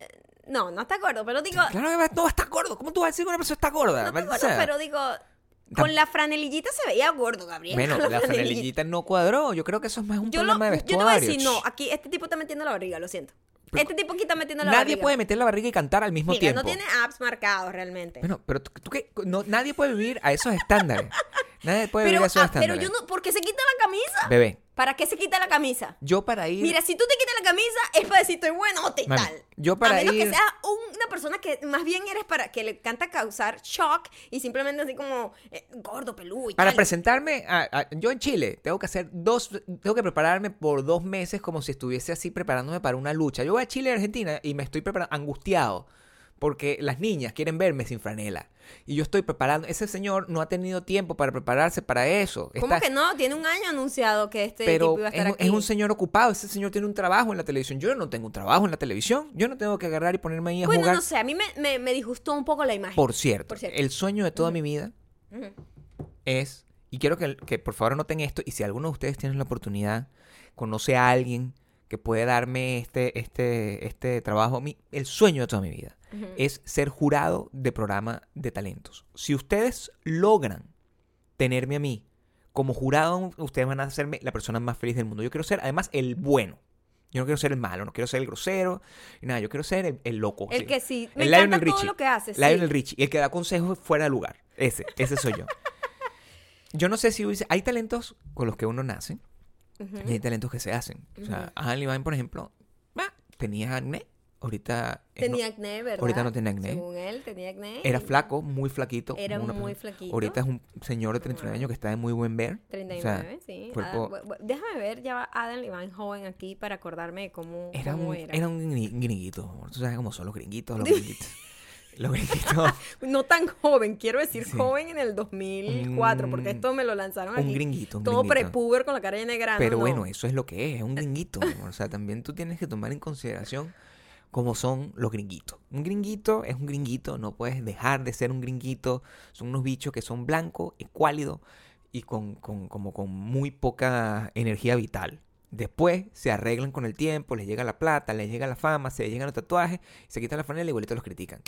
Speaker 1: eh, No, no está gordo, pero digo.
Speaker 2: Claro que va- no estás gordo. ¿Cómo tú vas a decir que una persona está gorda?
Speaker 1: No está
Speaker 2: O
Speaker 1: gordo,
Speaker 2: sea,
Speaker 1: pero digo. Con la franelillita se veía gordo, Gabriel.
Speaker 2: bueno,
Speaker 1: con
Speaker 2: la franelillita no cuadró. Yo creo que eso es más un
Speaker 1: Yo, lo,
Speaker 2: problema de
Speaker 1: yo te
Speaker 2: vestuario.
Speaker 1: voy a decir, no,
Speaker 2: Ch-
Speaker 1: aquí este tipo está metiendo la barriga, lo siento.
Speaker 2: Pero-
Speaker 1: este tipo aquí está metiendo la
Speaker 2: Nadie
Speaker 1: barriga.
Speaker 2: puede meter la barriga y cantar al mismo
Speaker 1: Mira,
Speaker 2: tiempo.
Speaker 1: no tiene apps marcados realmente.
Speaker 2: Bueno, pero tú, tú qué, no, nadie puede vivir a esos estándares. Nadie puede
Speaker 1: pero,
Speaker 2: vivir a esos
Speaker 1: ah, pero
Speaker 2: estándares.
Speaker 1: yo no, ¿por qué se quita la camisa?
Speaker 2: Bebé,
Speaker 1: ¿Para qué se quita la camisa?
Speaker 2: Yo para ir.
Speaker 1: Mira, si tú te quitas la camisa es para decir estoy buenote y
Speaker 2: Mami,
Speaker 1: tal.
Speaker 2: yo para
Speaker 1: A menos
Speaker 2: ir-
Speaker 1: que seas un- una persona que más bien eres para que le encanta causar shock y simplemente así como eh, gordo, peludo y
Speaker 2: Para
Speaker 1: tal.
Speaker 2: presentarme, a- a- yo en Chile tengo que hacer dos, tengo que prepararme por dos meses como si estuviese así preparándome para una lucha. Yo voy a Chile y Argentina y me estoy preparando, angustiado, porque las niñas quieren verme sin franela. Y yo estoy preparando, ese señor no ha tenido tiempo para prepararse para eso.
Speaker 1: ¿Cómo
Speaker 2: Está-
Speaker 1: que no? Tiene un año anunciado que este
Speaker 2: Pero
Speaker 1: tipo iba a
Speaker 2: es,
Speaker 1: estar
Speaker 2: un-
Speaker 1: aquí.
Speaker 2: es un señor ocupado, ese señor tiene un trabajo en la televisión. Yo no tengo un trabajo en la televisión, yo no tengo que agarrar y ponerme ahí a
Speaker 1: bueno,
Speaker 2: jugar.
Speaker 1: no sé, a mí me, me- me disgustó un poco la imagen.
Speaker 2: Por cierto,
Speaker 1: Por cierto.
Speaker 2: el sueño de toda mi vida es, y quiero que, que por favor noten esto, y si alguno de ustedes tiene la oportunidad, conoce a alguien que puede darme este, este, este trabajo, mi- el sueño de toda mi vida es ser jurado de programa de talentos. Si ustedes logran tenerme a mí como jurado, ustedes van a hacerme la persona más feliz del mundo. Yo quiero ser, además, el bueno. Yo no quiero ser el malo, no quiero ser el grosero, y nada, yo quiero ser el, el loco.
Speaker 1: El
Speaker 2: sí.
Speaker 1: que sí. Me
Speaker 2: El
Speaker 1: encanta
Speaker 2: Lionel
Speaker 1: todo
Speaker 2: Richie.
Speaker 1: lo que haces. Este, sí.
Speaker 2: Lionel Richie, el que da consejos fuera de lugar. Ese, ese soy yo. Yo no sé si hubiese- hay talentos con los que uno nace y hay talentos que se hacen. O sea, Alan Levine, por ejemplo, bah, tenía acné, ahorita es no-
Speaker 1: Tenía acné, ¿verdad?
Speaker 2: ahorita no tiene acné.
Speaker 1: Según él, tenía acné.
Speaker 2: era
Speaker 1: y-
Speaker 2: flaco, muy flaquito.
Speaker 1: Era
Speaker 2: como una
Speaker 1: muy
Speaker 2: persona-
Speaker 1: flaquito.
Speaker 2: Ahorita es un señor de 39 años que está de muy buen ver. O
Speaker 1: 39,
Speaker 2: sea,
Speaker 1: sí.
Speaker 2: cuerpo-
Speaker 1: Adam- bu- bu- déjame ver, ya va Adam Levine joven aquí para acordarme de cómo
Speaker 2: era,
Speaker 1: cómo
Speaker 2: un,
Speaker 1: era.
Speaker 2: era un gri- gringuito. amor. Tú sabes cómo son los gringuitos, los gringuitos. los gringuitos.
Speaker 1: No tan joven, quiero decir
Speaker 2: Sí.
Speaker 1: joven en el 2004,
Speaker 2: Un-
Speaker 1: porque esto me lo lanzaron
Speaker 2: un
Speaker 1: aquí.
Speaker 2: gringuito, un
Speaker 1: todo
Speaker 2: gringuito.
Speaker 1: prepuber con la cara llena de grano.
Speaker 2: Pero
Speaker 1: Ah, no. Eh.
Speaker 2: bueno, eso es lo que es, es un gringuito. mi amor. O sea, también tú tienes que tomar en consideración cómo son los gringuitos. Un gringuito es un gringuito, no puedes dejar de ser un gringuito. Son unos bichos que son blancos, escuálidos y con, con- como con muy poca energía vital. Después se arreglan con el tiempo, les llega la plata, les llega la fama, se les llegan los tatuajes, se quitan la franela y igualito los critican.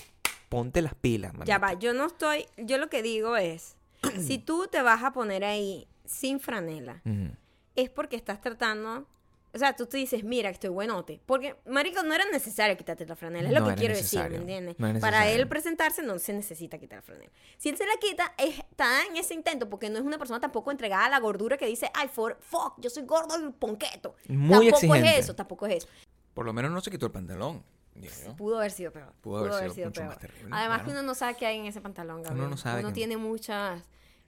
Speaker 2: Ponte las pilas, mamita.
Speaker 1: Ya va, yo no estoy, yo lo que digo es, si tú te vas a poner ahí sin franela,
Speaker 2: Ujú.
Speaker 1: es porque estás tratando, o sea, tú te dices, mira, que estoy buenote, porque, marico, no era necesario quitarte la franela, es
Speaker 2: No
Speaker 1: lo que
Speaker 2: era
Speaker 1: quiero
Speaker 2: necesario,
Speaker 1: decir, ¿me entiendes?
Speaker 2: no era
Speaker 1: Para
Speaker 2: necesario.
Speaker 1: él presentarse no se necesita quitar la franela. Si él se la quita, es- está en ese intento, porque no es una persona tampoco entregada a la gordura que dice, ay, for, fuck, yo soy gordo y ponqueto.
Speaker 2: Muy
Speaker 1: tampoco
Speaker 2: exigente.
Speaker 1: es eso, tampoco es eso.
Speaker 2: Por lo menos no se quitó el pantalón. digo yo.
Speaker 1: Pudo haber sido peor.
Speaker 2: Pudo haber sido mucho más terrible,
Speaker 1: Además
Speaker 2: claro.
Speaker 1: que uno no sabe qué hay en ese pantalón, Gabriel.
Speaker 2: no sabe Mm. que-
Speaker 1: tiene muchas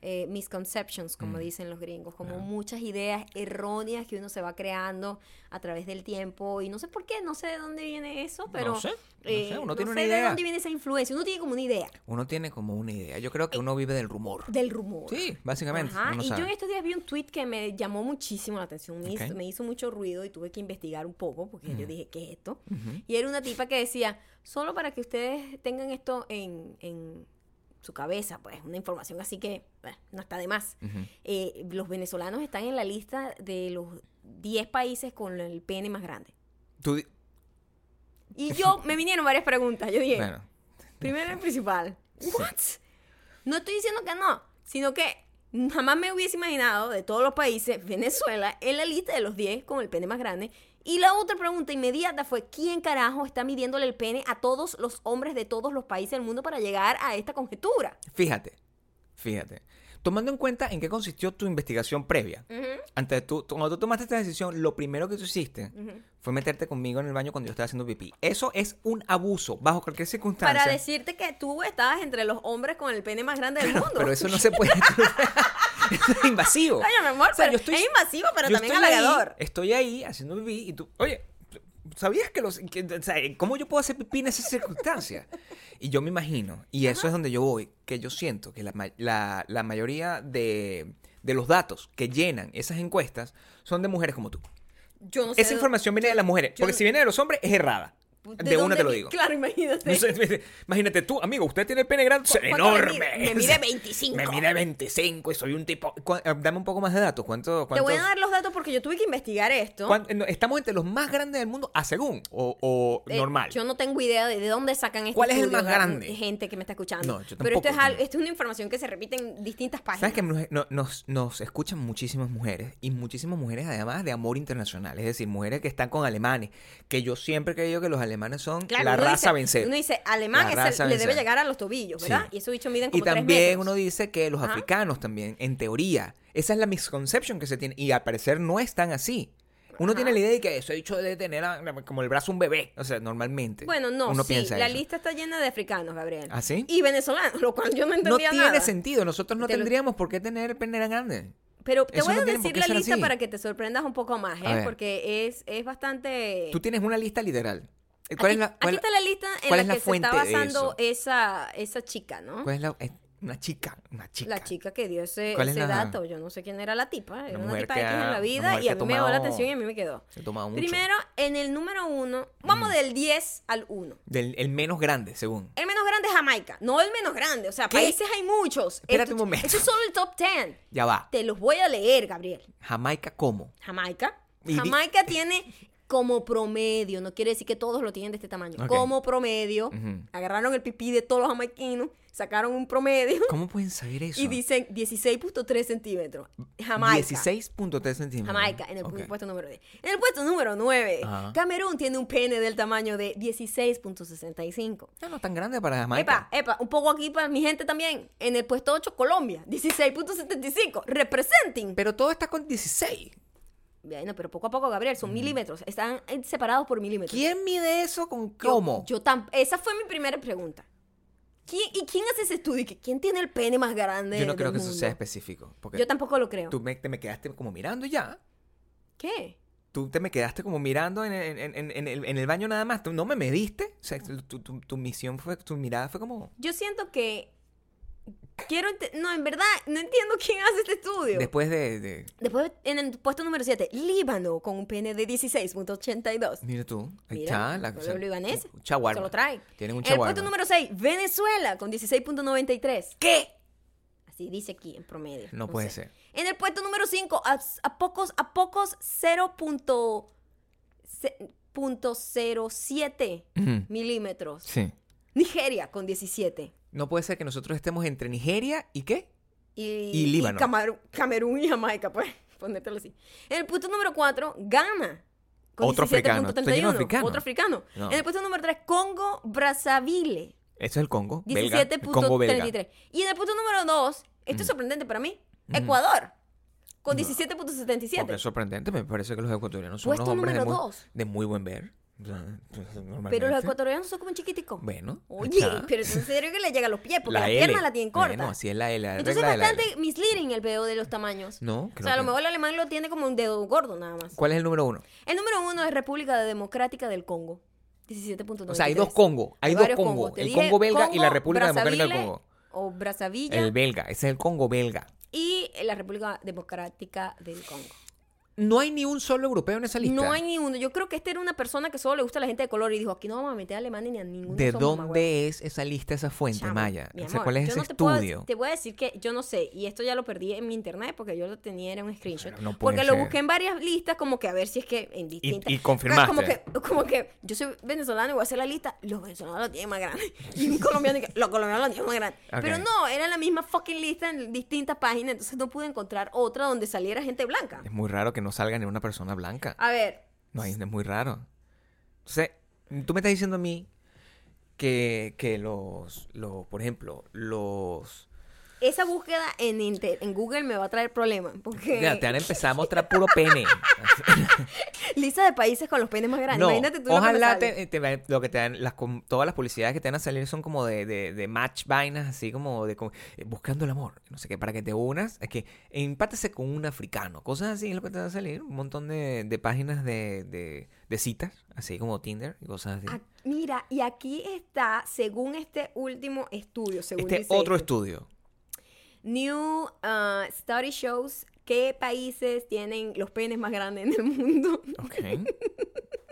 Speaker 1: eh, misconceptions, como dicen los gringos, como muchas ideas erróneas que uno se va creando a través del tiempo. Y no sé por qué, no sé de dónde viene eso, pero...
Speaker 2: sé, no
Speaker 1: eh,
Speaker 2: sé, uno tiene una
Speaker 1: sé de
Speaker 2: idea.
Speaker 1: dónde viene esa influencia. Uno tiene como una idea
Speaker 2: Uno tiene como una idea. Yo
Speaker 1: Eh.
Speaker 2: creo que uno vive del rumor.
Speaker 1: del rumor.
Speaker 2: Sí, básicamente.
Speaker 1: Ajá,
Speaker 2: uno
Speaker 1: y yo en
Speaker 2: sabe.
Speaker 1: estos días vi un tweet que me llamó muchísimo la atención, me, hizo,
Speaker 2: Ok.
Speaker 1: me hizo mucho ruido y tuve que investigar un poco porque yo dije, ¿qué es esto? Y era una tipa que decía, solo para que ustedes tengan esto en, en su cabeza, pues una información así que bueno, no está de más.
Speaker 2: Ujú.
Speaker 1: Eh, los venezolanos están en la lista de los 10 países con el pene más grande.
Speaker 2: Tú di-
Speaker 1: Y yo, me vinieron varias preguntas, yo dije,
Speaker 2: Bueno,
Speaker 1: Primero y principal. What? No estoy diciendo que no, sino que jamás me hubiese imaginado de todos los países Venezuela en la lista de los 10 con el pene más grande. Y la otra pregunta inmediata fue, ¿quién carajo está midiéndole el pene a todos los hombres de todos los países del mundo para llegar a esta conjetura?
Speaker 2: fíjate, fíjate. Tomando en cuenta en qué consistió tu investigación previa, antes de tú, tú- cuando tú tomaste esta decisión, lo primero que tú hiciste fue meterte conmigo en el baño cuando yo estaba haciendo pipí. Eso es un abuso, bajo cualquier circunstancia.
Speaker 1: Para decirte que tú estabas entre los hombres con el pene más grande del mundo.
Speaker 2: Pero eso no se puede. eso es invasivo.
Speaker 1: Coño, mi amor,
Speaker 2: O sea,
Speaker 1: pero
Speaker 2: yo estoy-
Speaker 1: es invasivo, pero
Speaker 2: yo
Speaker 1: también
Speaker 2: estoy ahí-
Speaker 1: halagador.
Speaker 2: estoy ahí haciendo pipí y tú, oye, ¿sabías que los... que- o sea, ¿Cómo yo puedo hacer pipí en esas circunstancias? Y yo me imagino, y eso es donde yo voy, que yo siento que la, ma- la- la mayoría de, de los datos que llenan esas encuestas son de mujeres como tú.
Speaker 1: Yo no sé
Speaker 2: Esa
Speaker 1: de-
Speaker 2: información viene de las mujeres,
Speaker 1: yo
Speaker 2: porque
Speaker 1: no-
Speaker 2: si viene de los hombres es errada. De,
Speaker 1: dónde
Speaker 2: una te lo
Speaker 1: vi-
Speaker 2: digo.
Speaker 1: Claro, imagínate.
Speaker 2: No sé, imagínate tú, amigo, usted tiene el pene grande,
Speaker 1: ¿Cu- cuánto me
Speaker 2: enorme.
Speaker 1: mide? Me mide 25.
Speaker 2: Me mide 25 y soy un tipo. Cu- eh, Dame un poco más de datos. ¿Cuánto,
Speaker 1: Te
Speaker 2: cuántos-
Speaker 1: voy a dar los datos porque yo tuve que investigar esto.
Speaker 2: ¿Cuán- no, estamos entre los más grandes del mundo, a según, o, o
Speaker 1: Eh,
Speaker 2: normal.
Speaker 1: Yo no tengo idea de, de dónde sacan este
Speaker 2: ¿Cuál es el
Speaker 1: estudio,
Speaker 2: más
Speaker 1: la-
Speaker 2: grande?
Speaker 1: Gente que me está escuchando.
Speaker 2: No, yo
Speaker 1: Pero esto es,
Speaker 2: tampoco,
Speaker 1: al-
Speaker 2: no.
Speaker 1: esto es una información que se repite en distintas páginas.
Speaker 2: Sabes que nos, no- nos, nos escuchan muchísimas mujeres y muchísimas mujeres además de amor internacional, es decir, mujeres que están con alemanes, que yo siempre he creído que los alemanes son
Speaker 1: Claro,
Speaker 2: la
Speaker 1: uno
Speaker 2: raza
Speaker 1: dice-
Speaker 2: a vencer.
Speaker 1: Uno dice, alemán
Speaker 2: La
Speaker 1: es el-
Speaker 2: raza a
Speaker 1: le debe
Speaker 2: vencer.
Speaker 1: llegar a los tobillos, ¿verdad?
Speaker 2: Sí.
Speaker 1: Y esos bichos miden
Speaker 2: Y
Speaker 1: como tres
Speaker 2: también
Speaker 1: metros.
Speaker 2: uno dice que los
Speaker 1: Ajá.
Speaker 2: africanos también, en teoría, esa es la misconception que se tiene. Y al parecer no es tan así. Uno
Speaker 1: Ajá.
Speaker 2: tiene la idea de que eso dicho de tener a- como el brazo un bebé. O sea, normalmente.
Speaker 1: Bueno, no,
Speaker 2: uno
Speaker 1: sí,
Speaker 2: piensa
Speaker 1: la
Speaker 2: eso.
Speaker 1: lista está llena de africanos, Gabriel.
Speaker 2: ¿Ah, sí?
Speaker 1: Y venezolanos, lo cual yo no
Speaker 2: No
Speaker 1: entendía
Speaker 2: tiene
Speaker 1: nada.
Speaker 2: sentido. Nosotros no
Speaker 1: Te lo-
Speaker 2: tendríamos por qué tener el pene grande.
Speaker 1: Pero te
Speaker 2: Eso
Speaker 1: voy
Speaker 2: no
Speaker 1: a
Speaker 2: tiene por
Speaker 1: decir
Speaker 2: qué
Speaker 1: la
Speaker 2: ser
Speaker 1: lista
Speaker 2: así.
Speaker 1: para que te sorprendas un poco más,
Speaker 2: A
Speaker 1: ¿eh?
Speaker 2: ver.
Speaker 1: Porque es, es bastante...
Speaker 2: Tú tienes una lista literal. Eh,
Speaker 1: aquí,
Speaker 2: ¿Cuál es la, cuál-
Speaker 1: aquí está la lista en
Speaker 2: cuál
Speaker 1: la,
Speaker 2: es la
Speaker 1: que se está
Speaker 2: fuente de
Speaker 1: basando
Speaker 2: eso?
Speaker 1: esa, esa chica, ¿no?
Speaker 2: cuál es la- es una chica, una chica.
Speaker 1: La chica que dio ese,
Speaker 2: ¿Cuál es
Speaker 1: ese
Speaker 2: la-
Speaker 1: dato. Yo no sé quién era la tipa. Era una
Speaker 2: mujer
Speaker 1: tipa
Speaker 2: que
Speaker 1: X en
Speaker 2: ha-
Speaker 1: la
Speaker 2: una
Speaker 1: vida
Speaker 2: mujer
Speaker 1: y
Speaker 2: que
Speaker 1: a
Speaker 2: ha
Speaker 1: mí me llamó la
Speaker 2: tomado-
Speaker 1: atención y a mí me quedó.
Speaker 2: Se toma mucho.
Speaker 1: Primero, en el número uno, vamos del 10 al 1.
Speaker 2: Del- el menos grande, según.
Speaker 1: El menos grande es Jamaica, no el menos grande. O sea,
Speaker 2: ¿Qué?
Speaker 1: países hay muchos.
Speaker 2: Espérate
Speaker 1: Esto-
Speaker 2: un momento.
Speaker 1: Esto es solo el top 10.
Speaker 2: Ya va.
Speaker 1: Te los voy a leer, Gabriel.
Speaker 2: Jamaica, ¿cómo?
Speaker 1: Jamaica.
Speaker 2: Y di-
Speaker 1: Jamaica tiene como promedio, no quiere decir que todos lo tienen de este tamaño.
Speaker 2: Ok.
Speaker 1: Como promedio,
Speaker 2: Ujú.
Speaker 1: agarraron el pipí de todos los jamaiquinos, sacaron un promedio
Speaker 2: ¿Cómo pueden saber eso?
Speaker 1: y dicen 16.3 centímetros. Jamaica.
Speaker 2: 16.3 centímetros.
Speaker 1: Jamaica, en el
Speaker 2: Ok.
Speaker 1: puesto número 10. En el puesto número 9,
Speaker 2: Ajá.
Speaker 1: Camerún tiene un pene del tamaño de 16.65.
Speaker 2: No, no es tan grande para Jamaica.
Speaker 1: Epa, epa, un poco aquí para mi gente también. En el puesto 8, Colombia, 16.75. Representing.
Speaker 2: Pero todo está con 16.
Speaker 1: Bueno, pero poco a poco, Gabriel, son milímetros. Están eh, separados por milímetros.
Speaker 2: Mm. ¿Quién mide eso con
Speaker 1: Yo-
Speaker 2: cómo?
Speaker 1: Yo, tam- Esa fue mi primera pregunta. ¿Quién- ¿Y quién hace ese estudio? ¿Y que- ¿Quién tiene el pene más grande?
Speaker 2: Yo no
Speaker 1: del
Speaker 2: creo que eso
Speaker 1: mundo?
Speaker 2: sea específico. Porque
Speaker 1: Yo tampoco lo creo.
Speaker 2: tú me, te me quedaste como mirando y ya.
Speaker 1: ¿Qué?
Speaker 2: Tú te me quedaste como mirando en, en- en- en- en el, en el baño nada más. Tú no me mediste. O sea, tu, tu- tu- tu misión fue, tu mirada fue como...
Speaker 1: Yo siento que. Quiero. ente- No, en verdad, no entiendo quién hace este estudio.
Speaker 2: Después de... de-
Speaker 1: Después, en el puesto número 7, Líbano, con un pene de 16.82.
Speaker 2: Mira tú. Ahí
Speaker 1: Mira,
Speaker 2: está.
Speaker 1: el pueblo libanés
Speaker 2: un chaguarma.
Speaker 1: Se lo trae.
Speaker 2: Tienen un
Speaker 1: el
Speaker 2: chaguarma.
Speaker 1: puesto número 6, Venezuela, con 16.93.
Speaker 2: ¿Qué?
Speaker 1: Así dice aquí en promedio.
Speaker 2: No puede
Speaker 1: sé.
Speaker 2: ser.
Speaker 1: En el puesto número 5, a, a pocos, a pocos 0.07
Speaker 2: Ujú.
Speaker 1: milímetros.
Speaker 2: Sí.
Speaker 1: Nigeria con 17.
Speaker 2: No puede ser que nosotros estemos entre Nigeria y qué?
Speaker 1: Y,
Speaker 2: Y Líbano.
Speaker 1: Camaru- Camerún y Jamaica, pues, ponértelo así. En el puesto número 4, Ghana. Con
Speaker 2: Otro africano. Está lleno
Speaker 1: 17.31.
Speaker 2: de africanos.
Speaker 1: Otro africano.
Speaker 2: No.
Speaker 1: En el puesto número 3, Congo Brazzaville.
Speaker 2: Eso es el Congo. belga, el Congo belga. Mm.
Speaker 1: 17.33. Y en el punto número 2, esto es sorprendente para mí, Ecuador, con 17.77.
Speaker 2: Porque es sorprendente, me parece que los ecuatorianos son
Speaker 1: Puesto
Speaker 2: unos hombres de
Speaker 1: número
Speaker 2: muy,
Speaker 1: dos.
Speaker 2: de muy buen ver. O sea, pues, normalmente.
Speaker 1: Pero los ecuatorianos son como chiquiticos.
Speaker 2: Bueno.
Speaker 1: Oye,
Speaker 2: está.
Speaker 1: pero es en serio que le llega a los pies, porque
Speaker 2: La
Speaker 1: las
Speaker 2: L.
Speaker 1: piernas la tienen corta.
Speaker 2: Bueno, así es la L. la
Speaker 1: Entonces es
Speaker 2: regla de la L.
Speaker 1: bastante misleading el veo de los tamaños.
Speaker 2: No,
Speaker 1: O
Speaker 2: creo
Speaker 1: sea, a lo
Speaker 2: que-
Speaker 1: mejor el alemán lo tiene como un dedo gordo nada más.
Speaker 2: ¿Cuál es el número uno?
Speaker 1: El número uno es República Democrática del Congo. 17.93.
Speaker 2: O sea, hay dos Congo. Hay, dos
Speaker 1: varios
Speaker 2: Congo.
Speaker 1: Congos. Te
Speaker 2: El
Speaker 1: dije
Speaker 2: Congo belga y la
Speaker 1: Congo,
Speaker 2: República Democrática del
Speaker 1: Brazzaville
Speaker 2: Congo.
Speaker 1: O Brazzaville
Speaker 2: El belga. Ese es el Congo belga.
Speaker 1: y la República Democrática del Congo.
Speaker 2: No hay ni un solo europeo en esa lista.
Speaker 1: No hay ni uno. Yo creo que esta era una persona que solo le gusta a la gente de color y dijo, aquí no vamos a meter a Alemania ni a ninguno.
Speaker 2: ¿De dónde es esa lista, esa fuente, Maya? O sea, ¿Cuál es ese
Speaker 1: te puedo-
Speaker 2: estudio?
Speaker 1: te voy a decir que yo no sé, y esto ya lo perdí en mi internet porque yo lo tenía en un screenshot.
Speaker 2: Pero no puede
Speaker 1: porque lo
Speaker 2: ser.
Speaker 1: busqué en varias listas como que a ver si es que en distintas.
Speaker 2: y confirmaste.
Speaker 1: Como que, como que yo soy venezolano y voy a hacer la lista, los venezolanos lo tienen más grande. Y un colombiano, y que, los colombianos lo tienen más grande.
Speaker 2: Ok.
Speaker 1: Pero no, era la misma fucking lista en distintas páginas, entonces no pude encontrar otra donde saliera gente blanca.
Speaker 2: Es muy raro que no salga ni una persona blanca.
Speaker 1: A ver,
Speaker 2: No, ahí es muy raro. Entonces, tú me estás diciendo a mí que, que los, los, por ejemplo, los...
Speaker 1: Esa búsqueda en, inter- en Google me va a traer problemas. Porque
Speaker 2: Mira, te han empezado a mostrar puro pene.
Speaker 1: lista de países con los penes más grandes.
Speaker 2: no,
Speaker 1: Imagínate tú lo que me
Speaker 2: ojalá
Speaker 1: sale.
Speaker 2: te, te va- lo que te dan, las, com- todas las publicidades que te van a salir son como de, de, de match vainas, así como de como, eh, buscando el amor, no sé qué, para que te unas, es que empátese con un africano, cosas así es lo que te va a salir, un montón de, de páginas de, de, de citas, así como Tinder y cosas así.
Speaker 1: Ah, Mira, y aquí está, según este último estudio, según
Speaker 2: Este
Speaker 1: dice
Speaker 2: otro
Speaker 1: esto,
Speaker 2: estudio.
Speaker 1: New uh, Study Shows qué países tienen los penes más grandes en el mundo.
Speaker 2: Ok.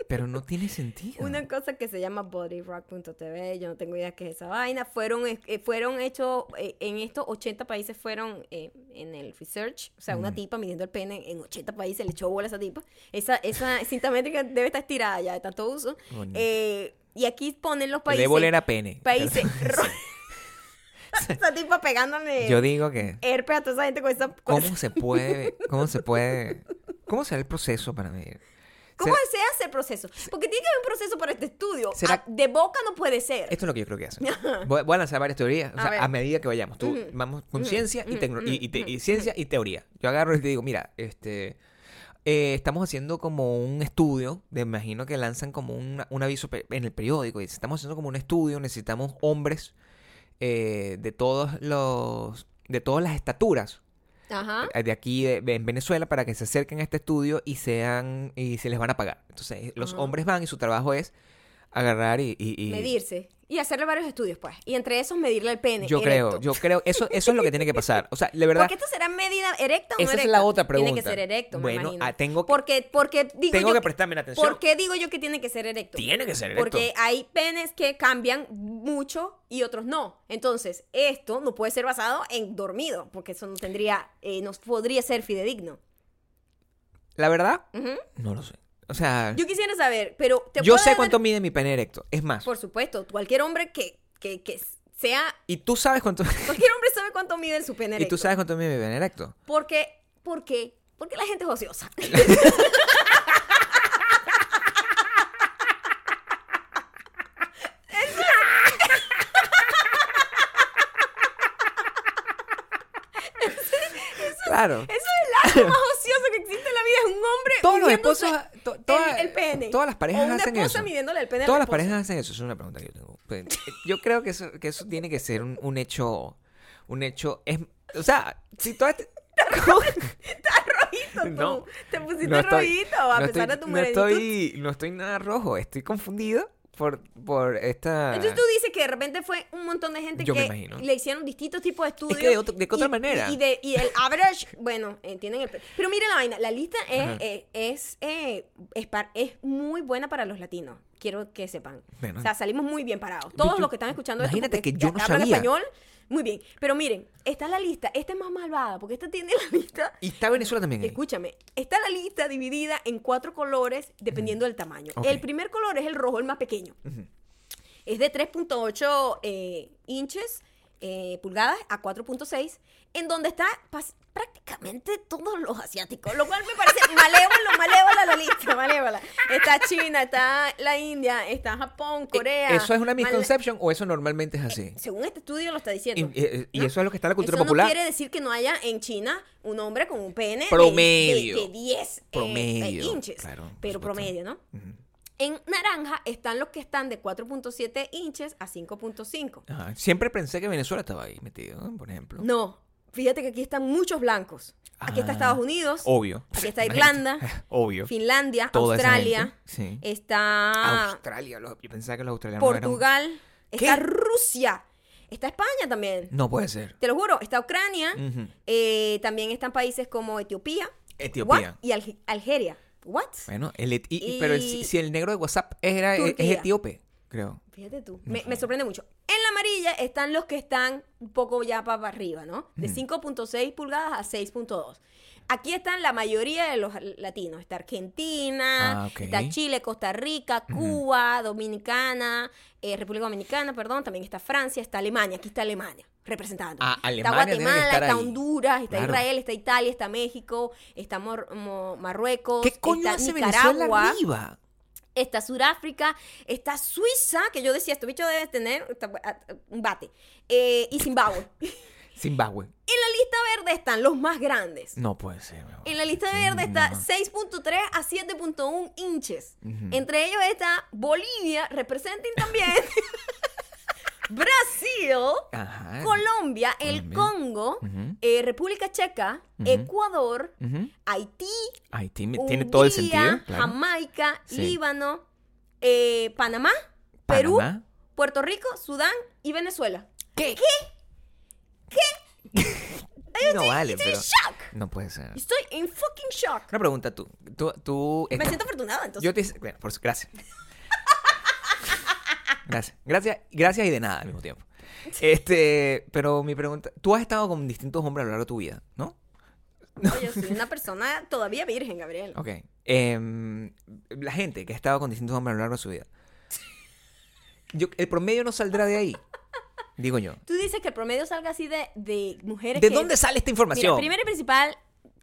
Speaker 2: Pero no tiene sentido.
Speaker 1: Una cosa que se llama bodyrock.tv, yo no tengo idea qué es esa vaina. Fueron, eh, fueron hechos, eh, en estos 80 países fueron eh, en el research, o sea, una tipa midiendo el pene en 80 países, le echó bola a esa tipa. Esa, esa cinta métrica debe estar estirada ya de tanto uso.
Speaker 2: Coño.
Speaker 1: Eh, y aquí ponen los
Speaker 2: El
Speaker 1: países.
Speaker 2: ébola era pene.
Speaker 1: Países. ro- esa tipa pegándole
Speaker 2: Yo digo que
Speaker 1: herpes a toda esa gente con esa. con
Speaker 2: cómo se puede, cómo se puede, cómo será el proceso para medir.
Speaker 1: ¿Cómo se hace el proceso? Porque tiene que haber un proceso para este estudio.
Speaker 2: ¿Será-
Speaker 1: Ah, de boca no puede ser.
Speaker 2: Esto es lo que yo creo que hacen. Voy, voy a lanzar varias teorías. O
Speaker 1: A
Speaker 2: sea,
Speaker 1: ver.
Speaker 2: a, medida que vayamos. Tú vamos con ciencia y, tecno- y- y te- y ciencia y teoría. Yo agarro y te digo, mira, este. eh, estamos haciendo como un estudio, me imagino que lanzan como un, un aviso pe- en el periódico, y dice, estamos haciendo como un estudio, necesitamos hombres eh, de todos los, de todas las estaturas
Speaker 1: Ajá.
Speaker 2: eh, de aquí de- de- en Venezuela para que se acerquen a este estudio y sean, y se les van a pagar. Entonces, los
Speaker 1: Ajá.
Speaker 2: hombres van y su trabajo es agarrar y, y- y-
Speaker 1: Medirse. Y hacerle varios estudios, pues. Y entre esos, medirle el pene.
Speaker 2: Yo
Speaker 1: erecto.
Speaker 2: creo, yo creo, eso, eso es lo que tiene que pasar. O sea, de verdad,
Speaker 1: Porque esto será medida erecta o no
Speaker 2: Esa es
Speaker 1: erecta.
Speaker 2: la otra
Speaker 1: Tiene
Speaker 2: pregunta.
Speaker 1: que ser erecto, me
Speaker 2: Bueno,
Speaker 1: imagino.
Speaker 2: ah, tengo que-
Speaker 1: porque, porque digo
Speaker 2: tengo
Speaker 1: yo
Speaker 2: que prestarme la atención.
Speaker 1: ¿Por qué digo yo que tiene que ser erecto?
Speaker 2: Tiene que ser
Speaker 1: Porque
Speaker 2: erecto.
Speaker 1: hay penes que cambian mucho y otros no. Entonces, esto no puede ser basado en dormido, porque eso no tendría, eh, no podría ser fidedigno.
Speaker 2: La verdad,
Speaker 1: Ujú.
Speaker 2: no lo sé. O sea, yo,
Speaker 1: Yo quisiera saber, pero te puedo
Speaker 2: sé
Speaker 1: dar-
Speaker 2: cuánto mide mi pene erecto. Es más,
Speaker 1: Por supuesto, cualquier hombre que, que, que sea,
Speaker 2: y tú sabes cuánto.
Speaker 1: cualquier hombre sabe cuánto mide su pene
Speaker 2: y
Speaker 1: erecto.
Speaker 2: tú sabes cuánto mide mi pene erecto.
Speaker 1: Porque, porque, porque la gente es ociosa.
Speaker 2: Claro.
Speaker 1: Eso es el acto más ocioso que existe en la vida. Es un hombre
Speaker 2: Todos los
Speaker 1: midiéndose
Speaker 2: esposos. to- todas-
Speaker 1: el, el pene.
Speaker 2: Todas las parejas
Speaker 1: O una
Speaker 2: hacen
Speaker 1: esposa
Speaker 2: eso.
Speaker 1: midiéndole el pene al
Speaker 2: Todas las
Speaker 1: esposo.
Speaker 2: parejas hacen eso. Esa es una pregunta que yo tengo. Pues, Yo creo que eso, que eso tiene que ser un, un hecho. Un hecho. Es, o sea, si todas. te-
Speaker 1: Rojito, tú.
Speaker 2: No.
Speaker 1: Te pusiste
Speaker 2: No estoy-
Speaker 1: rojito, a
Speaker 2: no
Speaker 1: pesar
Speaker 2: estoy-
Speaker 1: de tu
Speaker 2: no
Speaker 1: merenitud.
Speaker 2: estoy, no estoy nada rojo, estoy confundido por, por esta...
Speaker 1: Entonces tú dices que de repente fue un montón de gente
Speaker 2: Yo me
Speaker 1: que
Speaker 2: imagino.
Speaker 1: le hicieron distintos tipos de estudios.
Speaker 2: de otro- de qué otra
Speaker 1: y-
Speaker 2: manera.
Speaker 1: Y, de- y el average, bueno, eh, tienen el... pe- Pero mira la vaina, la lista es,
Speaker 2: Ajá.
Speaker 1: eh, es, eh, es, par- es muy buena para los latinos. Quiero que sepan.
Speaker 2: Bueno.
Speaker 1: O sea, salimos muy bien parados. Todos
Speaker 2: yo-
Speaker 1: los que están escuchando
Speaker 2: imagínate
Speaker 1: esto, porque
Speaker 2: que yo no
Speaker 1: hablan
Speaker 2: sabía.
Speaker 1: español, muy bien. Pero miren, está la lista. Esta es más malvada, porque esta tiene la lista...
Speaker 2: Y está Venezuela también. eh. ahí.
Speaker 1: Escúchame, está la lista dividida en cuatro colores dependiendo del tamaño.
Speaker 2: Ok.
Speaker 1: El primer color es el rojo, el más pequeño. Es de 3.8 eh, inches, eh, pulgadas, a 4.6, en donde está pas- prácticamente todos los asiáticos, lo cual me parece malévolo, malévola la lista, malévola. Está China, está la India, está Japón,
Speaker 2: Eh,
Speaker 1: Corea.
Speaker 2: ¿Eso es una
Speaker 1: Mal-
Speaker 2: misconception o eso normalmente es así?
Speaker 1: Según este estudio lo está
Speaker 2: Y,
Speaker 1: diciendo.
Speaker 2: y- eh, y eso es lo que está en la cultura
Speaker 1: Eso
Speaker 2: popular.
Speaker 1: no quiere decir que no haya en China un hombre con un pene de-
Speaker 2: Promedio.
Speaker 1: de, de 10 eh,
Speaker 2: Promedio,
Speaker 1: eh, inches.
Speaker 2: claro, por
Speaker 1: pero
Speaker 2: supuesto.
Speaker 1: promedio, ¿no?
Speaker 2: Mm.
Speaker 1: En naranja están los que están de 4.7 inches a 5.5.
Speaker 2: Ajá. Ah, Siempre pensé que Venezuela estaba ahí metido, ¿no? por ejemplo.
Speaker 1: No, fíjate que aquí están muchos blancos. Aquí está
Speaker 2: Ah,
Speaker 1: Estados Unidos.
Speaker 2: Obvio.
Speaker 1: Aquí está
Speaker 2: Imagínate.
Speaker 1: Irlanda.
Speaker 2: Obvio.
Speaker 1: Finlandia,
Speaker 2: Toda esa
Speaker 1: Australia.
Speaker 2: gente, sí.
Speaker 1: Está
Speaker 2: Australia. los- yo pensaba que los australianos eran-
Speaker 1: Portugal.
Speaker 2: ¿Qué?
Speaker 1: Está Rusia. Está España también.
Speaker 2: No puede ser.
Speaker 1: Te lo juro, está Ucrania,
Speaker 2: Ujú.
Speaker 1: eh, también están países como Etiopía,
Speaker 2: Etiopía.
Speaker 1: What? y Alge- Algeria. ¿What?
Speaker 2: Bueno, el et- y- y- pero el- si-
Speaker 1: Y-
Speaker 2: si el negro de WhatsApp era, es
Speaker 1: Turquía.
Speaker 2: etíope, creo.
Speaker 1: Fíjate tú, me, me sorprende mucho. En la amarilla están los que están un poco ya para arriba, ¿no? De
Speaker 2: Mm.
Speaker 1: 5.6 pulgadas a 6.2. Aquí están la mayoría de los latinos. Está Argentina,
Speaker 2: Ah, ok.
Speaker 1: está Chile, Costa Rica, Cuba, Dominicana, eh, República Dominicana, perdón. También está Francia, está Alemania. Aquí está Alemania representada.
Speaker 2: Ah,
Speaker 1: está
Speaker 2: Alemania tiene que
Speaker 1: Guatemala,
Speaker 2: estar
Speaker 1: está
Speaker 2: ahí.
Speaker 1: Honduras, está
Speaker 2: Claro.
Speaker 1: Israel, está Italia, está México, está Mor- Mo- Marruecos,
Speaker 2: ¿Qué coño
Speaker 1: está
Speaker 2: hace
Speaker 1: Nicaragua
Speaker 2: Venezuela arriba?
Speaker 1: está Sudáfrica, está Suiza, que yo decía, este bicho debe tener esta- a- a- un bate, eh, y Zimbabue. en
Speaker 2: Zimbabue.
Speaker 1: la lista verde están los más grandes.
Speaker 2: No puede ser. mi amor.
Speaker 1: En la lista
Speaker 2: Sí,
Speaker 1: verde está
Speaker 2: no.
Speaker 1: 6.3 a 7.1 inches.
Speaker 2: Ujú.
Speaker 1: Entre ellos está Bolivia, representen también Brasil,
Speaker 2: Ajá.
Speaker 1: Colombia, el
Speaker 2: Colombia. Mm.
Speaker 1: Congo,
Speaker 2: Ujú.
Speaker 1: eh, República Checa, Ecuador,
Speaker 2: Ujú.
Speaker 1: Haití,
Speaker 2: Ay, tiene, tiene todo el
Speaker 1: Hungría,
Speaker 2: sentido. claro.
Speaker 1: Jamaica,
Speaker 2: Sí.
Speaker 1: Líbano, eh, Panamá, Perú,
Speaker 2: Panamá.
Speaker 1: Puerto Rico, Sudán y Venezuela.
Speaker 2: ¿Qué? no vale, pero.
Speaker 1: shock.
Speaker 2: No puede ser.
Speaker 1: Estoy en fucking shock.
Speaker 2: Una pregunta tú. Tú. tú
Speaker 1: Me
Speaker 2: esta-
Speaker 1: siento afortunada entonces.
Speaker 2: Yo te. Bueno, por su- gracias. Gracias. Gracias. Gracias y de nada al mismo tiempo. Este. Pero mi pregunta. Tú has estado con distintos hombres a lo largo de tu vida, ¿no?
Speaker 1: Oye, soy una persona todavía virgen, Gabriel.
Speaker 2: Ok. Em, la gente que ha estado con distintos hombres a lo largo de su vida. Yo- el promedio no saldrá de ahí. Digo yo.
Speaker 1: Tú dices que el promedio salga así de, de mujeres
Speaker 2: ¿De
Speaker 1: que-
Speaker 2: dónde sale esta
Speaker 1: Mira,
Speaker 2: información?
Speaker 1: primero y principal...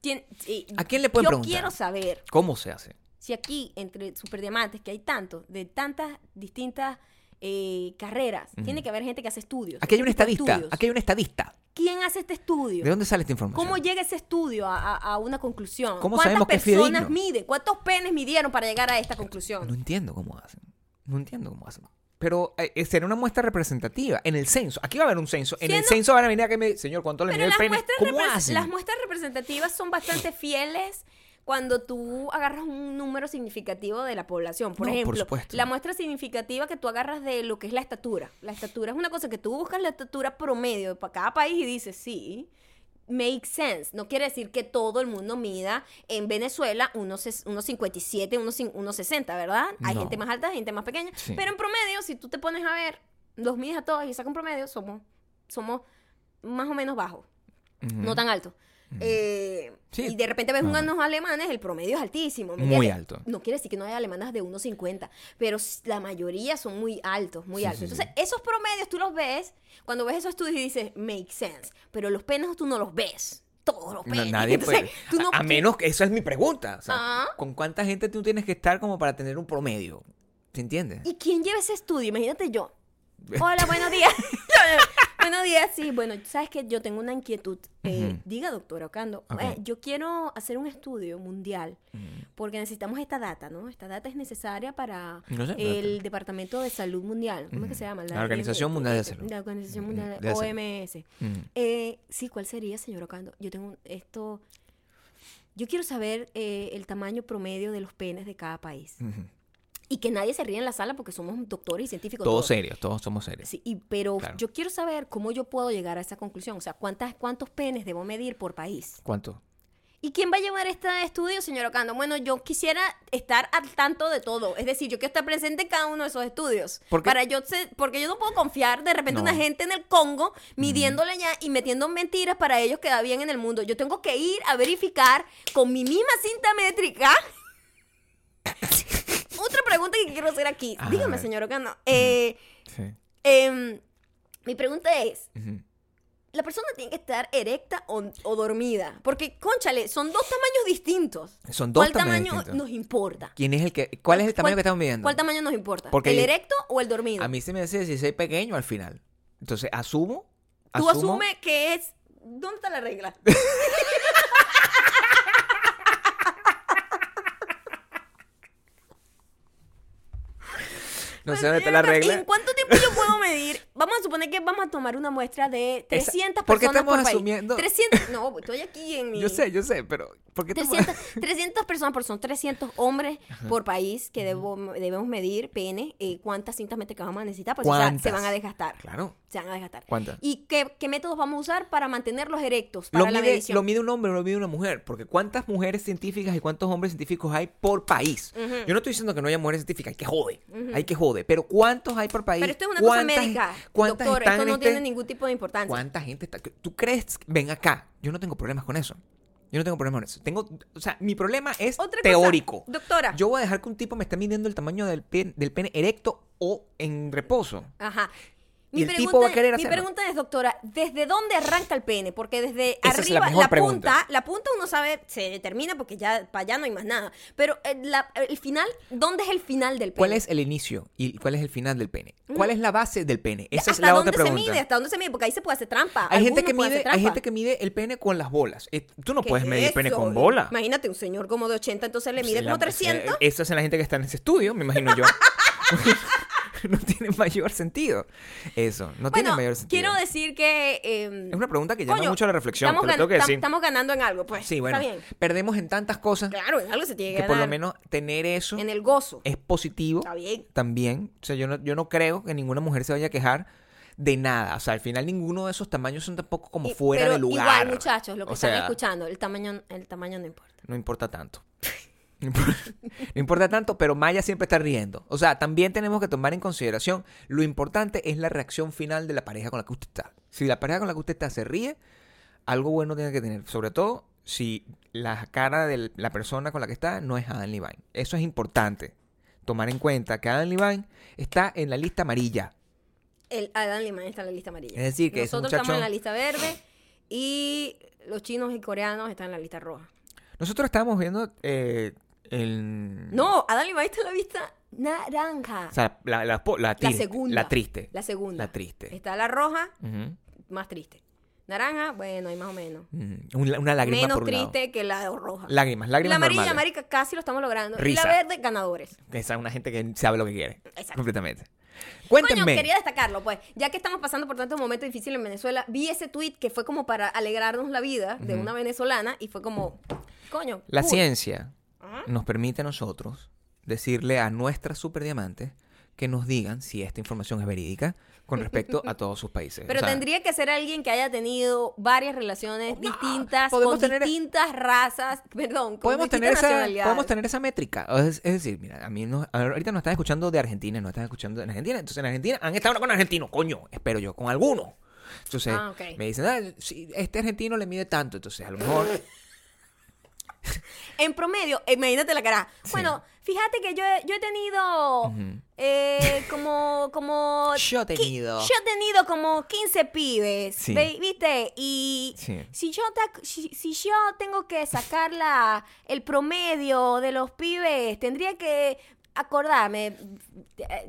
Speaker 1: tien- sí,
Speaker 2: ¿A quién le pueden
Speaker 1: yo
Speaker 2: preguntar?
Speaker 1: quiero saber
Speaker 2: ¿Cómo se hace?
Speaker 1: Si aquí, entre superdiamantes, que hay tantos, de tantas distintas eh, carreras, tiene que haber gente que hace estudios.
Speaker 2: Aquí hay un
Speaker 1: Este tipo de
Speaker 2: estadista.
Speaker 1: estudios.
Speaker 2: Aquí hay un estadista.
Speaker 1: ¿Quién hace este estudio?
Speaker 2: ¿De dónde sale esta información?
Speaker 1: ¿Cómo llega ese estudio a, a- a una conclusión?
Speaker 2: ¿Cómo
Speaker 1: ¿Cuántas
Speaker 2: sabemos que es
Speaker 1: personas
Speaker 2: fidedigno?
Speaker 1: mide? ¿Cuántos penes midieron para llegar a esta
Speaker 2: No
Speaker 1: conclusión?
Speaker 2: entiendo cómo hacen. No entiendo cómo hacen. Pero eh, será una muestra representativa. En el censo. Aquí va a haber un censo. En el
Speaker 1: Siendo-
Speaker 2: censo van a venir a que me. Señor, ¿cuánto le
Speaker 1: Pero
Speaker 2: midió el
Speaker 1: las
Speaker 2: pene?
Speaker 1: muestras,
Speaker 2: ¿Cómo
Speaker 1: repre-
Speaker 2: hacen?
Speaker 1: las muestras representativas son bastante fieles cuando tú agarras un número significativo de la población. Por
Speaker 2: No, por
Speaker 1: ejemplo,
Speaker 2: supuesto.
Speaker 1: la muestra significativa que tú agarras de lo que es la estatura. La estatura es una cosa que tú buscas la estatura promedio para cada país y dices, sí. Make sense. No quiere decir que todo el mundo mida en Venezuela unos ses- unos 57, unos cin- unos 60, ¿verdad? Hay
Speaker 2: No.
Speaker 1: gente más alta, gente más pequeña.
Speaker 2: Sí.
Speaker 1: Pero en promedio, si tú te pones a ver, los mides a todos y sacas un promedio, somos, somos más o menos bajos
Speaker 2: Ujú.
Speaker 1: no tan alto. Eh,
Speaker 2: Sí.
Speaker 1: Y de repente ves
Speaker 2: Más o
Speaker 1: unos alemanes, el promedio es altísimo. ¿me
Speaker 2: Muy
Speaker 1: entiendes?
Speaker 2: alto.
Speaker 1: No quiere decir que no haya alemanas de 1,50, pero s- la mayoría son muy altos, muy
Speaker 2: Sí,
Speaker 1: altos.
Speaker 2: sí, sí.
Speaker 1: Entonces, esos promedios tú los ves, cuando ves esos estudios y dices, make sense, pero los penes tú no los ves, todos los
Speaker 2: No,
Speaker 1: penes.
Speaker 2: nadie
Speaker 1: Entonces,
Speaker 2: puede.
Speaker 1: tú no-
Speaker 2: a, a
Speaker 1: tú-
Speaker 2: menos que esa es mi pregunta. o sea,
Speaker 1: Ah.
Speaker 2: ¿Con cuánta gente tú tienes que estar como para tener un promedio? ¿Te entiendes?
Speaker 1: ¿Y quién lleva ese estudio? Imagínate yo. Hola, buenos días. buenos días, sí. Bueno, sabes que yo tengo una inquietud. Eh,
Speaker 2: Ujú.
Speaker 1: Diga, doctora Ocando,
Speaker 2: Ok.
Speaker 1: eh, yo quiero hacer un estudio mundial porque necesitamos esta data, ¿no? Esta data es necesaria para
Speaker 2: No sé, pero-
Speaker 1: el Departamento de Salud Mundial. ¿Cómo es que se llama?
Speaker 2: La Organización Mundial de Salud.
Speaker 1: La Organización
Speaker 2: Mm,
Speaker 1: Mundial
Speaker 2: de Salud.
Speaker 1: OMS.
Speaker 2: Mm.
Speaker 1: Eh, sí, ¿cuál sería, señor Ocando? Yo tengo un- esto... Yo quiero saber eh, el tamaño promedio de los penes de cada país.
Speaker 2: Ujú.
Speaker 1: Y que nadie se ríe en la sala porque somos doctores y científicos.
Speaker 2: Todos serios, todos somos serios.
Speaker 1: Sí, y- pero
Speaker 2: Claro.
Speaker 1: yo quiero saber cómo yo puedo llegar a esa conclusión. O sea, ¿cuántas, ¿cuántos penes debo medir por país?
Speaker 2: ¿Cuánto?
Speaker 1: ¿Y quién va a llevar este estudio, señor Ocando? Bueno, yo quisiera estar al tanto de todo. Es decir, yo quiero estar presente en cada uno de esos estudios.
Speaker 2: Porque-
Speaker 1: Para yo sé- porque yo no puedo confiar de repente
Speaker 2: No.
Speaker 1: una gente en el Congo midiéndole allá y metiendo mentiras para ellos queda bien en el mundo. Yo tengo que ir a verificar con mi misma cinta métrica. Otra pregunta que quiero hacer aquí.
Speaker 2: A
Speaker 1: Dígame,
Speaker 2: ver.
Speaker 1: señor Ocando. eh,
Speaker 2: Sí.
Speaker 1: em, mi pregunta es,
Speaker 2: Ujú.
Speaker 1: ¿la persona tiene que estar erecta o, o dormida? Porque, conchale, son dos tamaños distintos.
Speaker 2: Son dos
Speaker 1: ¿Cuál
Speaker 2: tamaños
Speaker 1: tamaño
Speaker 2: distintos.
Speaker 1: nos importa?
Speaker 2: ¿Quién es el que, ¿Cuál es el tamaño
Speaker 1: ¿Cuál-
Speaker 2: que estamos midiendo?
Speaker 1: ¿Cuál tamaño nos importa?
Speaker 2: Porque
Speaker 1: ¿El
Speaker 2: yo-
Speaker 1: erecto o el dormido?
Speaker 2: A mí se me hace 16 pequeño al final. Entonces, asumo.
Speaker 1: Tú
Speaker 2: asumo-
Speaker 1: asumes que es... ¿Dónde está la regla?
Speaker 2: No sé dónde está la
Speaker 1: ¿En
Speaker 2: regla.
Speaker 1: cuánto tiempo yo puedo medir? Vamos a suponer que vamos a tomar una muestra de 300 personas
Speaker 2: ¿por qué estamos
Speaker 1: por país.
Speaker 2: asumiendo?
Speaker 1: 300... No, pues, estoy aquí en mi...
Speaker 2: Yo sé, yo sé, pero. ¿Por qué te-
Speaker 1: 300, 300 personas, por son 300 hombres por país que debo- debemos medir pene, eh, cuántas cintas métricas vamos a necesitar, porque o sea, se
Speaker 2: ¿Cuántas?
Speaker 1: van a desgastar.
Speaker 2: Claro.
Speaker 1: Se van a desgastar.
Speaker 2: ¿Cuántas?
Speaker 1: ¿Y qué, qué métodos vamos a usar para mantenerlos erectos para
Speaker 2: Lo
Speaker 1: la
Speaker 2: mide,
Speaker 1: medición?
Speaker 2: lo mide un hombre, no lo mide una mujer. Porque ¿cuántas mujeres científicas y cuántos hombres científicos hay por país? Yo no estoy diciendo que no haya mujeres científicas, hay que jode. Hay que jode. Pero ¿cuántos hay por país?
Speaker 1: Pero esto es una cosa
Speaker 2: ¿Cuántas-
Speaker 1: médica,
Speaker 2: ¿Cuántas
Speaker 1: doctor.
Speaker 2: están
Speaker 1: Esto
Speaker 2: en
Speaker 1: no
Speaker 2: este-
Speaker 1: tiene ningún tipo de importancia.
Speaker 2: ¿Cuánta gente está? ¿Tú crees? Ven acá. Yo no tengo problemas con eso. Yo no tengo problemas con eso. Tengo, o sea, mi problema es
Speaker 1: Otra cosa,
Speaker 2: teórico.
Speaker 1: doctora.
Speaker 2: Yo voy a dejar que un tipo me esté midiendo el tamaño del, pen- del pene erecto o en reposo.
Speaker 1: Ajá.
Speaker 2: Y el tipo va a querer
Speaker 1: mi
Speaker 2: hacerlo.
Speaker 1: pregunta es, doctora, ¿desde dónde arranca el pene? Porque desde
Speaker 2: Esa es la
Speaker 1: arriba,
Speaker 2: mejor pregunta.
Speaker 1: punta, la punta uno sabe, se determina porque ya para allá no hay más nada. Pero eh, la- el final, ¿dónde es el final del pene?
Speaker 2: ¿Cuál es el inicio y cuál es el final del pene? ¿Cuál es la base del pene? Esa es
Speaker 1: ¿Hasta
Speaker 2: la
Speaker 1: dónde
Speaker 2: otra pregunta.
Speaker 1: se mide? ¿Hasta dónde se mide? Porque ahí se puede hacer trampa.
Speaker 2: Hay gente,
Speaker 1: Alguno
Speaker 2: que
Speaker 1: puede hacer
Speaker 2: mide, hay
Speaker 1: trampa.
Speaker 2: gente que mide el pene con las bolas. Eh, Tú no
Speaker 1: ¿Qué
Speaker 2: puedes
Speaker 1: es
Speaker 2: medir pene
Speaker 1: eso?
Speaker 2: con bola. Pues,
Speaker 1: Imagínate un señor como de 80, entonces le mide
Speaker 2: La-
Speaker 1: como 300.
Speaker 2: eh, Esa es la gente que está en ese estudio, me imagino yo. no tiene mayor sentido. Eso, no tiene
Speaker 1: bueno,
Speaker 2: mayor sentido.
Speaker 1: quiero decir que. eh,
Speaker 2: Es una pregunta que llama
Speaker 1: coño,
Speaker 2: mucho a la reflexión,
Speaker 1: estamos
Speaker 2: te lo
Speaker 1: gan-
Speaker 2: tengo que
Speaker 1: tam-
Speaker 2: decir.
Speaker 1: Estamos ganando en algo, pues.
Speaker 2: Sí, bueno,
Speaker 1: Está bien.
Speaker 2: perdemos en tantas cosas
Speaker 1: Claro, en algo se tiene que,
Speaker 2: que por
Speaker 1: ganar.
Speaker 2: lo menos tener eso
Speaker 1: En el gozo.
Speaker 2: es positivo
Speaker 1: Está bien.
Speaker 2: también. O sea, yo no, yo no creo que ninguna mujer se vaya a quejar de nada. O sea, al final ninguno de esos tamaños son tampoco como
Speaker 1: Y-
Speaker 2: fuera
Speaker 1: pero
Speaker 2: de lugar.
Speaker 1: Igual, muchachos, lo que
Speaker 2: O
Speaker 1: están
Speaker 2: sea,
Speaker 1: escuchando, el tamaño, el tamaño no importa.
Speaker 2: no importa tanto. No impor- no importa tanto, pero Maya siempre está riendo. O sea, también tenemos que tomar en consideración lo importante es la reacción final de la pareja con la que usted está. Si la pareja con la que usted está se ríe, algo bueno tiene que tener. Sobre todo si la cara de la persona con la que está no es Adam Levine. Eso es importante. Tomar en cuenta que Adam Levine está en la lista amarilla.
Speaker 1: El Adán Limán está en la lista amarilla.
Speaker 2: Es decir, que ese
Speaker 1: Nosotros
Speaker 2: muchacho-
Speaker 1: estamos en la lista verde y los chinos y coreanos están en la lista roja.
Speaker 2: Nosotros estábamos viendo eh, El...
Speaker 1: No, Adán Lima está en la vista naranja.
Speaker 2: O sea, la, la, po- la
Speaker 1: la
Speaker 2: tir-
Speaker 1: segunda.
Speaker 2: La triste.
Speaker 1: La segunda.
Speaker 2: La triste.
Speaker 1: Está la roja,
Speaker 2: Ujú.
Speaker 1: más triste. Naranja, bueno, hay más o menos.
Speaker 2: Ujú. Mm, Un- Una lágrima
Speaker 1: Menos
Speaker 2: por un lado.
Speaker 1: triste que la roja.
Speaker 2: Lágrimas, lágrimas
Speaker 1: la amarilla,
Speaker 2: normales.
Speaker 1: marica, casi lo estamos logrando.
Speaker 2: Risa.
Speaker 1: Y la verde, ganadores.
Speaker 2: Esa es una gente que sabe lo que quiere.
Speaker 1: Exacto.
Speaker 2: Completamente.
Speaker 1: Coño,
Speaker 2: Cuéntenme.
Speaker 1: quería destacarlo, pues, ya que estamos pasando por tantos momentos difíciles en Venezuela, vi ese tweet que fue como para alegrarnos la vida de una venezolana y fue como, coño,
Speaker 2: La
Speaker 1: cool.
Speaker 2: ciencia
Speaker 1: ¿Ah?
Speaker 2: nos permite a nosotros decirle a nuestras superdiamantes que nos digan si esta información es verídica con respecto a todos sus países.
Speaker 1: Pero
Speaker 2: O sea,
Speaker 1: tendría que ser alguien que haya tenido varias relaciones distintas,
Speaker 2: podemos
Speaker 1: con
Speaker 2: tener-
Speaker 1: distintas razas, perdón, con
Speaker 2: podemos
Speaker 1: distintas
Speaker 2: tener, esa,
Speaker 1: nacionalidades.
Speaker 2: podemos tener esa métrica. O Es, es decir, mira, a mí no, ahorita nos están escuchando de Argentina, nos están escuchando en Argentina. Entonces en Argentina han estado con argentinos, coño, espero yo, con algunos. Entonces
Speaker 1: Ah, ok.
Speaker 2: me dicen, "Ah, sí, este argentino le mide tanto, entonces a lo mejor...
Speaker 1: En promedio, eh, imagínate la cara. Bueno, fíjate que yo he, yo he tenido eh, como, como...
Speaker 2: Yo he
Speaker 1: qui-
Speaker 2: tenido.
Speaker 1: Yo he tenido como 15 pibes,
Speaker 2: Sí.
Speaker 1: ve- ¿viste? Y
Speaker 2: Sí.
Speaker 1: si, yo ta- si, si yo tengo que sacar la, el promedio de los pibes, tendría que acordarme... eh,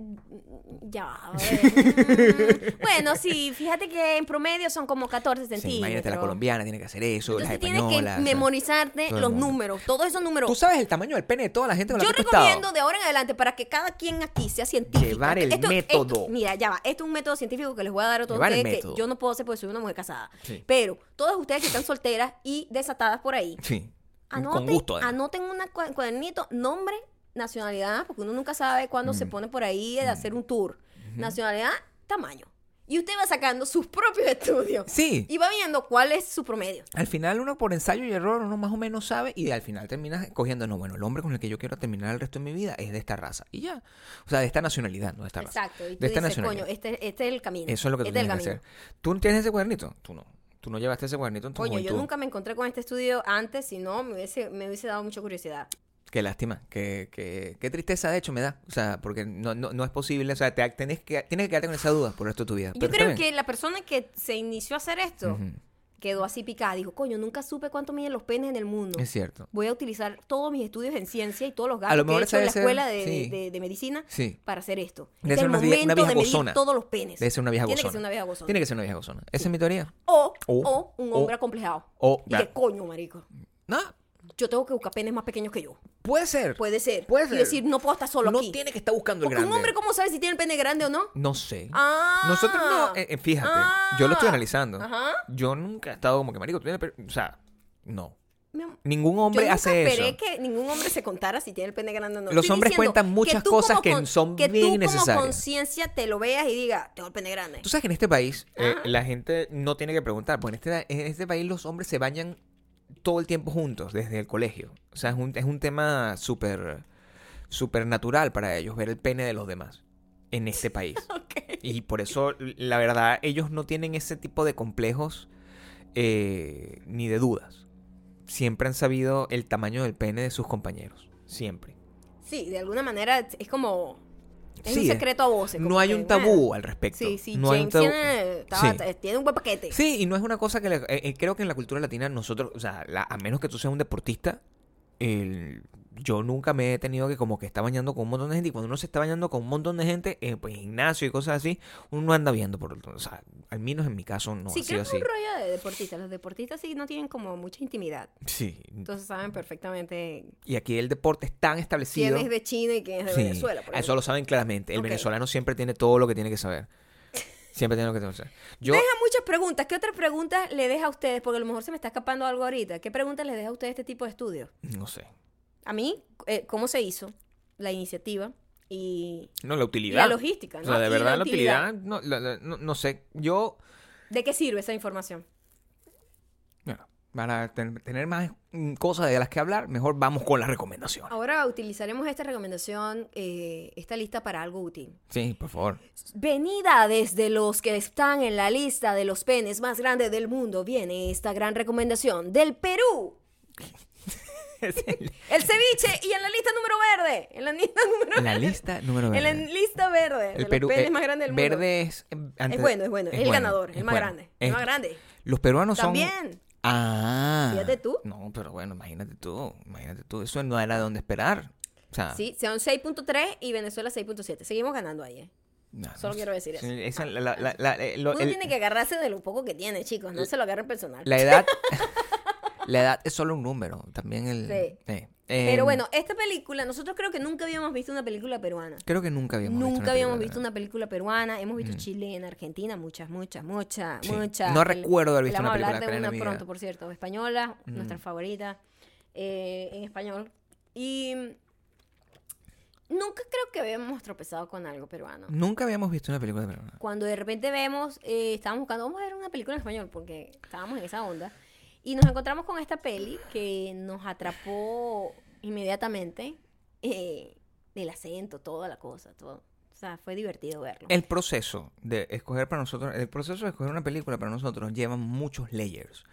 Speaker 1: Ya, a ver. Mm, bueno, sí, fíjate que en promedio son como 14
Speaker 2: Sí,
Speaker 1: centímetros.
Speaker 2: imagínate, la colombiana tiene que hacer eso,
Speaker 1: Entonces
Speaker 2: las
Speaker 1: tienes
Speaker 2: españolas.
Speaker 1: que
Speaker 2: o sea,
Speaker 1: memorizarte
Speaker 2: todo el
Speaker 1: los
Speaker 2: mundo.
Speaker 1: números, todos esos números.
Speaker 2: Tú sabes el tamaño del pene de toda la gente con la
Speaker 1: Yo
Speaker 2: que tú has
Speaker 1: recomiendo
Speaker 2: estado?
Speaker 1: de ahora en adelante para que cada quien aquí sea científico.
Speaker 2: Llevar el método.
Speaker 1: esto- eh, mira, ya va. Esto es un método científico que les voy a dar a todos
Speaker 2: Llevar el
Speaker 1: ustedes que
Speaker 2: método.
Speaker 1: yo no puedo hacer porque soy una mujer casada.
Speaker 2: Sí.
Speaker 1: Pero todas ustedes que están solteras y desatadas por ahí,
Speaker 2: Sí.
Speaker 1: anoten,
Speaker 2: con gusto. además.
Speaker 1: anoten un cuadernito, nombre, nacionalidad, porque uno nunca sabe cuándo
Speaker 2: Mm.
Speaker 1: se pone por ahí de hacer un tour. Nacionalidad, tamaño. Y usted va sacando sus propios estudios.
Speaker 2: Sí.
Speaker 1: Y va viendo cuál es su promedio.
Speaker 2: Al final uno por ensayo y error uno más o menos sabe y al final terminas cogiendo, no, bueno, el hombre con el que yo quiero terminar el resto de mi vida es de esta raza. Y ya. O sea, de esta nacionalidad, no de esta raza.
Speaker 1: Exacto. Y tú
Speaker 2: de esta
Speaker 1: dices, coño,
Speaker 2: nacionalidad.
Speaker 1: este, este es el camino.
Speaker 2: Eso es lo que tú
Speaker 1: Este el
Speaker 2: tienes que
Speaker 1: camino.
Speaker 2: hacer. ¿Tú tienes ese cuadernito? Tú no. Tú no llevaste ese cuadernito en tu
Speaker 1: Coño, yo
Speaker 2: juventud.
Speaker 1: nunca me encontré con este estudio antes, si no, me hubiese, me hubiese dado mucha curiosidad.
Speaker 2: Qué lástima, qué, qué, qué tristeza de hecho me da. O sea, porque no, no, no es posible, o sea, te, tenés que, tienes que quedarte con esa duda por el resto de tu vida.
Speaker 1: Yo
Speaker 2: Pero está
Speaker 1: creo
Speaker 2: bien.
Speaker 1: que la persona que se inició a hacer esto quedó así picada. Dijo, coño, nunca supe cuánto miden los penes en el mundo.
Speaker 2: Es cierto.
Speaker 1: Voy a utilizar todos mis estudios en ciencia y todos los gastos
Speaker 2: lo
Speaker 1: que he
Speaker 2: mejor
Speaker 1: hecho en la
Speaker 2: esa debe ser-
Speaker 1: escuela de,
Speaker 2: sí.
Speaker 1: de- de medicina
Speaker 2: Sí.
Speaker 1: para hacer esto. Este
Speaker 2: Debe
Speaker 1: es
Speaker 2: ser
Speaker 1: el
Speaker 2: una vieja- una
Speaker 1: momento de
Speaker 2: vieja
Speaker 1: medir
Speaker 2: gozona.
Speaker 1: todos los penes.
Speaker 2: Debe ser una vieja
Speaker 1: Tiene que
Speaker 2: gozona.
Speaker 1: ser una vieja gozona.
Speaker 2: Tiene que ser una vieja gozona. Esa es mi teoría.
Speaker 1: O,
Speaker 2: O-
Speaker 1: o un
Speaker 2: o-
Speaker 1: hombre acomplejado.
Speaker 2: o-
Speaker 1: y que, coño, marico,
Speaker 2: No,
Speaker 1: yo tengo que buscar penes más pequeños que yo.
Speaker 2: puede ser.
Speaker 1: Puede ser.
Speaker 2: Puede ser.
Speaker 1: Y decir, no puedo estar solo
Speaker 2: no
Speaker 1: aquí.
Speaker 2: tiene que estar buscando el
Speaker 1: Porque
Speaker 2: grande.
Speaker 1: un hombre, ¿cómo sabe si tiene el pene grande o no?
Speaker 2: No sé.
Speaker 1: Ah.
Speaker 2: Nosotros no, eh, eh, fíjate, yo lo estoy
Speaker 1: Ah.
Speaker 2: analizando.
Speaker 1: Ajá.
Speaker 2: Yo nunca he estado como que, marico, tú tienes, pe-". o sea, no.
Speaker 1: Mi am-
Speaker 2: Ningún hombre
Speaker 1: yo nunca
Speaker 2: hace
Speaker 1: esperé
Speaker 2: eso.
Speaker 1: que ningún hombre se contara si tiene el pene grande o no.
Speaker 2: Los
Speaker 1: Estoy
Speaker 2: hombres
Speaker 1: diciendo
Speaker 2: cuentan
Speaker 1: que
Speaker 2: muchas
Speaker 1: tú
Speaker 2: cosas
Speaker 1: como
Speaker 2: que
Speaker 1: con-
Speaker 2: son
Speaker 1: que
Speaker 2: bien
Speaker 1: tú
Speaker 2: innecesarias.
Speaker 1: como conciencia te lo veas y diga, tengo el pene grande.
Speaker 2: Tú sabes que en este país eh,
Speaker 1: Ajá.
Speaker 2: la gente no tiene que preguntar, porque en este, en este país los hombres se bañan todo el tiempo juntos, desde el colegio. O sea, es un, es un tema súper súper natural para ellos ver el pene de los demás en este país. Y por eso, la verdad, ellos no tienen ese tipo de complejos eh, ni de dudas. Siempre han sabido el tamaño del pene de sus compañeros. Siempre.
Speaker 1: Sí, de alguna manera es como... Es
Speaker 2: Sí,
Speaker 1: un secreto a voces.
Speaker 2: No
Speaker 1: como
Speaker 2: hay
Speaker 1: que,
Speaker 2: un
Speaker 1: bueno,
Speaker 2: tabú al respecto.
Speaker 1: sí, sí,
Speaker 2: no hay un
Speaker 1: James
Speaker 2: tabú.
Speaker 1: tiene, estaba-
Speaker 2: Sí.
Speaker 1: eh, tiene un buen paquete.
Speaker 2: Sí, y no es una cosa que le- eh, eh, creo que en la cultura latina nosotros, o sea, la- a menos que tú seas un deportista, el- yo nunca me he tenido que como que está bañando con un montón de gente y cuando uno se está bañando con un montón de gente, eh, pues gimnasio y cosas así, uno no anda viendo por, o sea, al menos en mi caso no
Speaker 1: sí,
Speaker 2: ha
Speaker 1: creo
Speaker 2: sido
Speaker 1: que es un
Speaker 2: así.
Speaker 1: rollo de deportistas. Los deportistas sí no tienen como mucha intimidad.
Speaker 2: Sí,
Speaker 1: Entonces saben perfectamente
Speaker 2: y aquí el deporte es tan establecido.
Speaker 1: quién es de China y quién es de
Speaker 2: Sí,
Speaker 1: Venezuela. por
Speaker 2: eso
Speaker 1: ejemplo.
Speaker 2: lo saben claramente. El
Speaker 1: Ok.
Speaker 2: venezolano siempre tiene todo lo que tiene que saber. Siempre tiene lo que tiene que saber. Yo,
Speaker 1: Deja muchas preguntas. ¿Qué otras preguntas le deja a ustedes? Porque a lo mejor se me está escapando algo ahorita. ¿Qué preguntas les deja a ustedes este tipo de estudios?
Speaker 2: no sé.
Speaker 1: A mí, eh, ¿cómo se hizo la iniciativa? Y
Speaker 2: No, la utilidad.
Speaker 1: la logística,
Speaker 2: O
Speaker 1: ¿no?
Speaker 2: sea, de
Speaker 1: Y la
Speaker 2: verdad, la
Speaker 1: utilidad.
Speaker 2: utilidad, no, la- la- no- no sé. Yo,
Speaker 1: ¿de qué sirve esa información?
Speaker 2: bueno, para ten- tener más mm, cosas de las que hablar, mejor vamos con las recomendaciones.
Speaker 1: Ahora utilizaremos esta recomendación, eh, esta lista para algo útil.
Speaker 2: Sí, por favor.
Speaker 1: Venida desde los que están en la lista de los penes más grandes del mundo, viene esta gran recomendación del Perú. El ceviche y en la lista número verde. En la lista número
Speaker 2: En la
Speaker 1: verde.
Speaker 2: lista número verde.
Speaker 1: En la lista verde. de
Speaker 2: El Perú
Speaker 1: los penes
Speaker 2: eh,
Speaker 1: más grande del mundo.
Speaker 2: Verde es. eh, antes
Speaker 1: Es
Speaker 2: de-
Speaker 1: bueno, es bueno. el
Speaker 2: bueno,
Speaker 1: ganador,
Speaker 2: es
Speaker 1: el más
Speaker 2: bueno.
Speaker 1: grande.
Speaker 2: Es-
Speaker 1: El más grande.
Speaker 2: Los peruanos
Speaker 1: También.
Speaker 2: son Ah.
Speaker 1: Fíjate tú.
Speaker 2: No, pero bueno, imagínate tú, imagínate tú, eso no era donde esperar. O sea,
Speaker 1: Sí, son 6.3 y Venezuela 6.7. Seguimos ganando ahí, ¿eh?
Speaker 2: no,
Speaker 1: solo
Speaker 2: no
Speaker 1: quiero
Speaker 2: sé.
Speaker 1: decir eso. Ah.
Speaker 2: Sí, esa- la, la- la- la- eh, lo-
Speaker 1: Uno
Speaker 2: el-
Speaker 1: tiene que agarrarse de lo poco que tiene, chicos. No se lo agarren personal.
Speaker 2: la edad, la edad es solo un número, también el.
Speaker 1: Sí.
Speaker 2: eh,
Speaker 1: Pero
Speaker 2: em,
Speaker 1: bueno, esta película, nosotros creo que nunca habíamos visto una película peruana.
Speaker 2: creo que nunca habíamos visto.
Speaker 1: Nunca
Speaker 2: una
Speaker 1: habíamos
Speaker 2: película Mm.
Speaker 1: visto una película peruana, hemos visto chilena, argentina, muchas, muchas, muchas,
Speaker 2: Sí.
Speaker 1: muchas.
Speaker 2: No
Speaker 1: El-
Speaker 2: recuerdo haber
Speaker 1: le
Speaker 2: visto una
Speaker 1: vamos a
Speaker 2: película
Speaker 1: hablar
Speaker 2: peruana
Speaker 1: de
Speaker 2: en mi
Speaker 1: una
Speaker 2: vida. Mm.
Speaker 1: pronto, por cierto, española, nuestra favorita, eh, en español. Y nunca creo que habíamos tropezado con algo peruano.
Speaker 2: Nunca habíamos visto una película peruana.
Speaker 1: Cuando de repente vemos, eh, estábamos buscando, vamos a ver una película en español, porque estábamos en esa onda, y nos encontramos con esta peli que nos atrapó inmediatamente, eh, el acento, toda la cosa, todo. O sea, fue divertido verlo.
Speaker 2: El proceso de escoger para nosotros, el proceso de escoger una película para nosotros lleva muchos layers.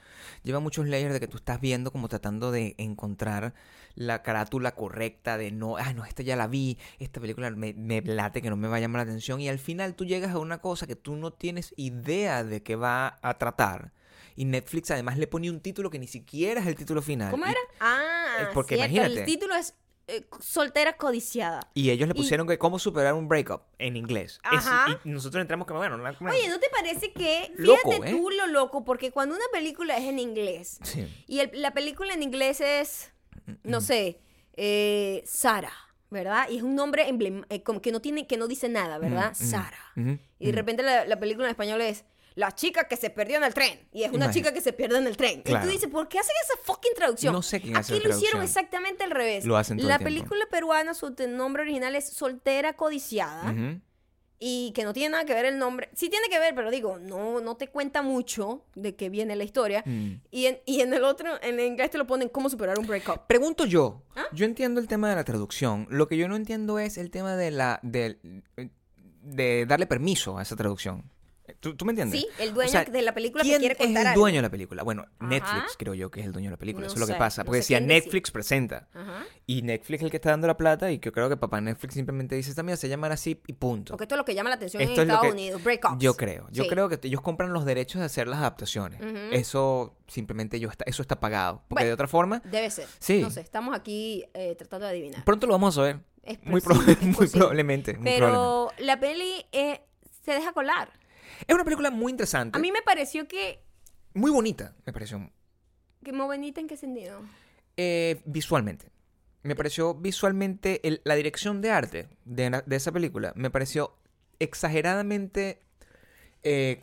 Speaker 2: Lleva muchos layers de que tú estás viendo como tratando de encontrar la carátula correcta de no, ah, no, esta ya la vi, esta película me, me late que no me va a llamar la atención y al final tú llegas a una cosa que tú no tienes idea de qué va a tratar. Y Netflix además le pone un título que ni siquiera es el título final.
Speaker 1: ¿Cómo
Speaker 2: Y-
Speaker 1: era? Ah,
Speaker 2: eh, porque
Speaker 1: cierto,
Speaker 2: imagínate.
Speaker 1: El título es eh, Soltera Codiciada.
Speaker 2: Y ellos le
Speaker 1: Y-
Speaker 2: pusieron que cómo superar un breakup en inglés. Es-
Speaker 1: Ajá.
Speaker 2: y nosotros entramos como, bueno, no, no-
Speaker 1: Oye, ¿no te parece que? Fíjate
Speaker 2: Loco, ¿eh?
Speaker 1: tú lo loco, porque cuando una película es en inglés
Speaker 2: Sí.
Speaker 1: y el- la película en inglés es, no sé, eh, Sara, ¿verdad? Y es un nombre emblem- eh, como que no tiene, que no dice nada, ¿verdad? Sara.
Speaker 2: Mm, ujú, mm,
Speaker 1: Y de repente la, la película en español es La chica que se perdió en el tren. Y es una
Speaker 2: Imagínate.
Speaker 1: chica que se pierde en el tren. Y
Speaker 2: Claro.
Speaker 1: tú dices, ¿por qué hacen esa fucking traducción?
Speaker 2: No sé quién hace
Speaker 1: Aquí
Speaker 2: la
Speaker 1: lo hicieron
Speaker 2: traducción.
Speaker 1: exactamente al revés.
Speaker 2: Lo hacen todo el
Speaker 1: La
Speaker 2: tiempo.
Speaker 1: película peruana, su te- nombre original es Soltera Codiciada
Speaker 2: ujú.
Speaker 1: y que no tiene nada que ver el nombre. Sí tiene que ver, pero digo, no, no te cuenta mucho de qué viene la historia.
Speaker 2: Mm.
Speaker 1: Y, en, y en el otro, en el inglés te lo ponen cómo superar un breakup.
Speaker 2: Pregunto yo.
Speaker 1: ¿Ah?
Speaker 2: Yo entiendo el tema de la traducción. Lo que yo no entiendo es el tema de la del- eh, de, darle permiso a esa traducción. Eh, ¿Tú, tú me entiendes?
Speaker 1: Sí, el dueño de la película que
Speaker 2: ¿quién
Speaker 1: quiere
Speaker 2: es
Speaker 1: contar
Speaker 2: el
Speaker 1: algo?
Speaker 2: dueño de la película? Bueno,
Speaker 1: Ajá.
Speaker 2: Netflix creo yo que es el dueño de la película.
Speaker 1: No
Speaker 2: Eso es lo que
Speaker 1: sé,
Speaker 2: pasa.
Speaker 1: no
Speaker 2: Porque
Speaker 1: sé
Speaker 2: decía
Speaker 1: quién decide.
Speaker 2: Netflix presenta.
Speaker 1: Ajá.
Speaker 2: Y Netflix es el que está dando la plata y que creo que papá Netflix simplemente dice, esta mía se llamará así y punto.
Speaker 1: Porque esto es lo que llama la atención en
Speaker 2: Esto es lo
Speaker 1: Estados
Speaker 2: que-
Speaker 1: Unidos, breakups.
Speaker 2: Yo creo, yo
Speaker 1: Sí.
Speaker 2: creo que ellos compran los derechos de hacer las adaptaciones.
Speaker 1: Ujú.
Speaker 2: Eso simplemente yo está, eso está pagado, porque
Speaker 1: Bueno.
Speaker 2: de otra forma
Speaker 1: Debe ser.
Speaker 2: Sí.
Speaker 1: No sé, estamos aquí eh, tratando de adivinar.
Speaker 2: pronto lo vamos a ver.
Speaker 1: Es
Speaker 2: Muy,
Speaker 1: posible,
Speaker 2: proba-
Speaker 1: es
Speaker 2: muy
Speaker 1: posible.
Speaker 2: probablemente, muy probablemente.
Speaker 1: pues Pero la peli eh, se deja colar.
Speaker 2: Es una película muy interesante,
Speaker 1: A mí me pareció que...
Speaker 2: muy bonita, me pareció
Speaker 1: que muy bonita en qué sentido.
Speaker 2: eh, visualmente. Me pareció visualmente el- la dirección de arte de, la- de esa película me pareció exageradamente eh,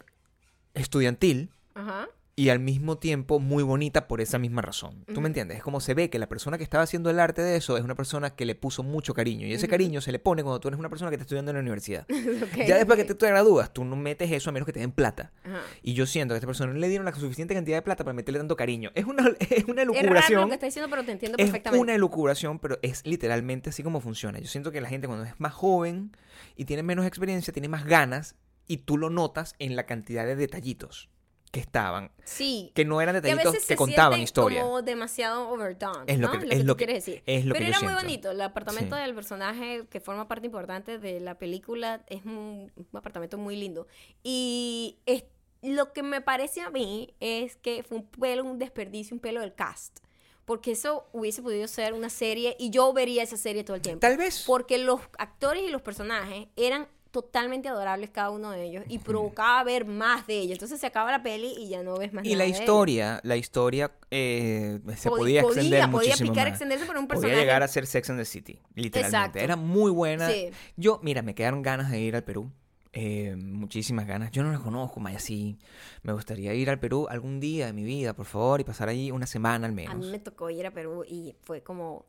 Speaker 2: estudiantil.
Speaker 1: Ajá.
Speaker 2: y al mismo tiempo muy bonita por esa misma razón. ¿Tú me entiendes? Es como se ve que la persona que estaba haciendo el arte de eso es una persona que le puso mucho cariño y ese cariño se le pone cuando tú eres una persona que está estudiando en la universidad.
Speaker 1: Ok,
Speaker 2: ya después
Speaker 1: ok.
Speaker 2: que tú te gradúas, tú no metes eso a menos que te den plata.
Speaker 1: Ajá.
Speaker 2: Y yo siento que a esta persona no le dieron la suficiente cantidad de plata para meterle tanto cariño. Es una, es una
Speaker 1: Es raro lo
Speaker 2: locuración.
Speaker 1: que está diciendo, pero te entiendo
Speaker 2: Es
Speaker 1: perfectamente.
Speaker 2: una elucubración, pero es literalmente así como funciona. Yo siento que la gente cuando es más joven y tiene menos experiencia, tiene más ganas y tú lo notas en la cantidad de detallitos que estaban
Speaker 1: Sí.
Speaker 2: que no eran
Speaker 1: que a
Speaker 2: detallitos
Speaker 1: veces
Speaker 2: que
Speaker 1: se
Speaker 2: contaban
Speaker 1: sienten
Speaker 2: historia.
Speaker 1: como demasiado overdone.
Speaker 2: Es lo
Speaker 1: ¿no?
Speaker 2: que-
Speaker 1: Es
Speaker 2: es
Speaker 1: tú
Speaker 2: lo que-
Speaker 1: quieres decir.
Speaker 2: es lo que
Speaker 1: Pero
Speaker 2: yo
Speaker 1: era muy
Speaker 2: siento.
Speaker 1: bonito. El apartamento
Speaker 2: Sí.
Speaker 1: del personaje que forma parte importante de la película es un, un apartamento muy lindo. Y es- lo que me parece a mí es que fue un pelo, un desperdicio, un pelo del cast. Porque eso hubiese podido ser una serie y yo vería esa serie todo el tiempo.
Speaker 2: Tal vez.
Speaker 1: Porque los actores y los personajes eran totalmente adorables cada uno de ellos y provocaba ver más de ellos. Entonces se acaba la peli y ya no ves más
Speaker 2: Y
Speaker 1: nada
Speaker 2: la
Speaker 1: de ellos.
Speaker 2: historia, la historia eh, se
Speaker 1: Pod-
Speaker 2: podía extender
Speaker 1: podía, podía
Speaker 2: muchísimo
Speaker 1: picar,
Speaker 2: más.
Speaker 1: extenderse por un
Speaker 2: Podía
Speaker 1: personaje.
Speaker 2: llegar a ser Sex and the City, literalmente.
Speaker 1: Exacto.
Speaker 2: Era muy buena.
Speaker 1: Sí.
Speaker 2: Yo, mira, me quedaron ganas de ir al Perú. eh, muchísimas ganas. Yo no la conozco, Maya, sí. Me gustaría ir al Perú algún día de mi vida, por favor, y pasar allí una semana al
Speaker 1: A mí
Speaker 2: menos.
Speaker 1: me tocó ir a Perú y fue como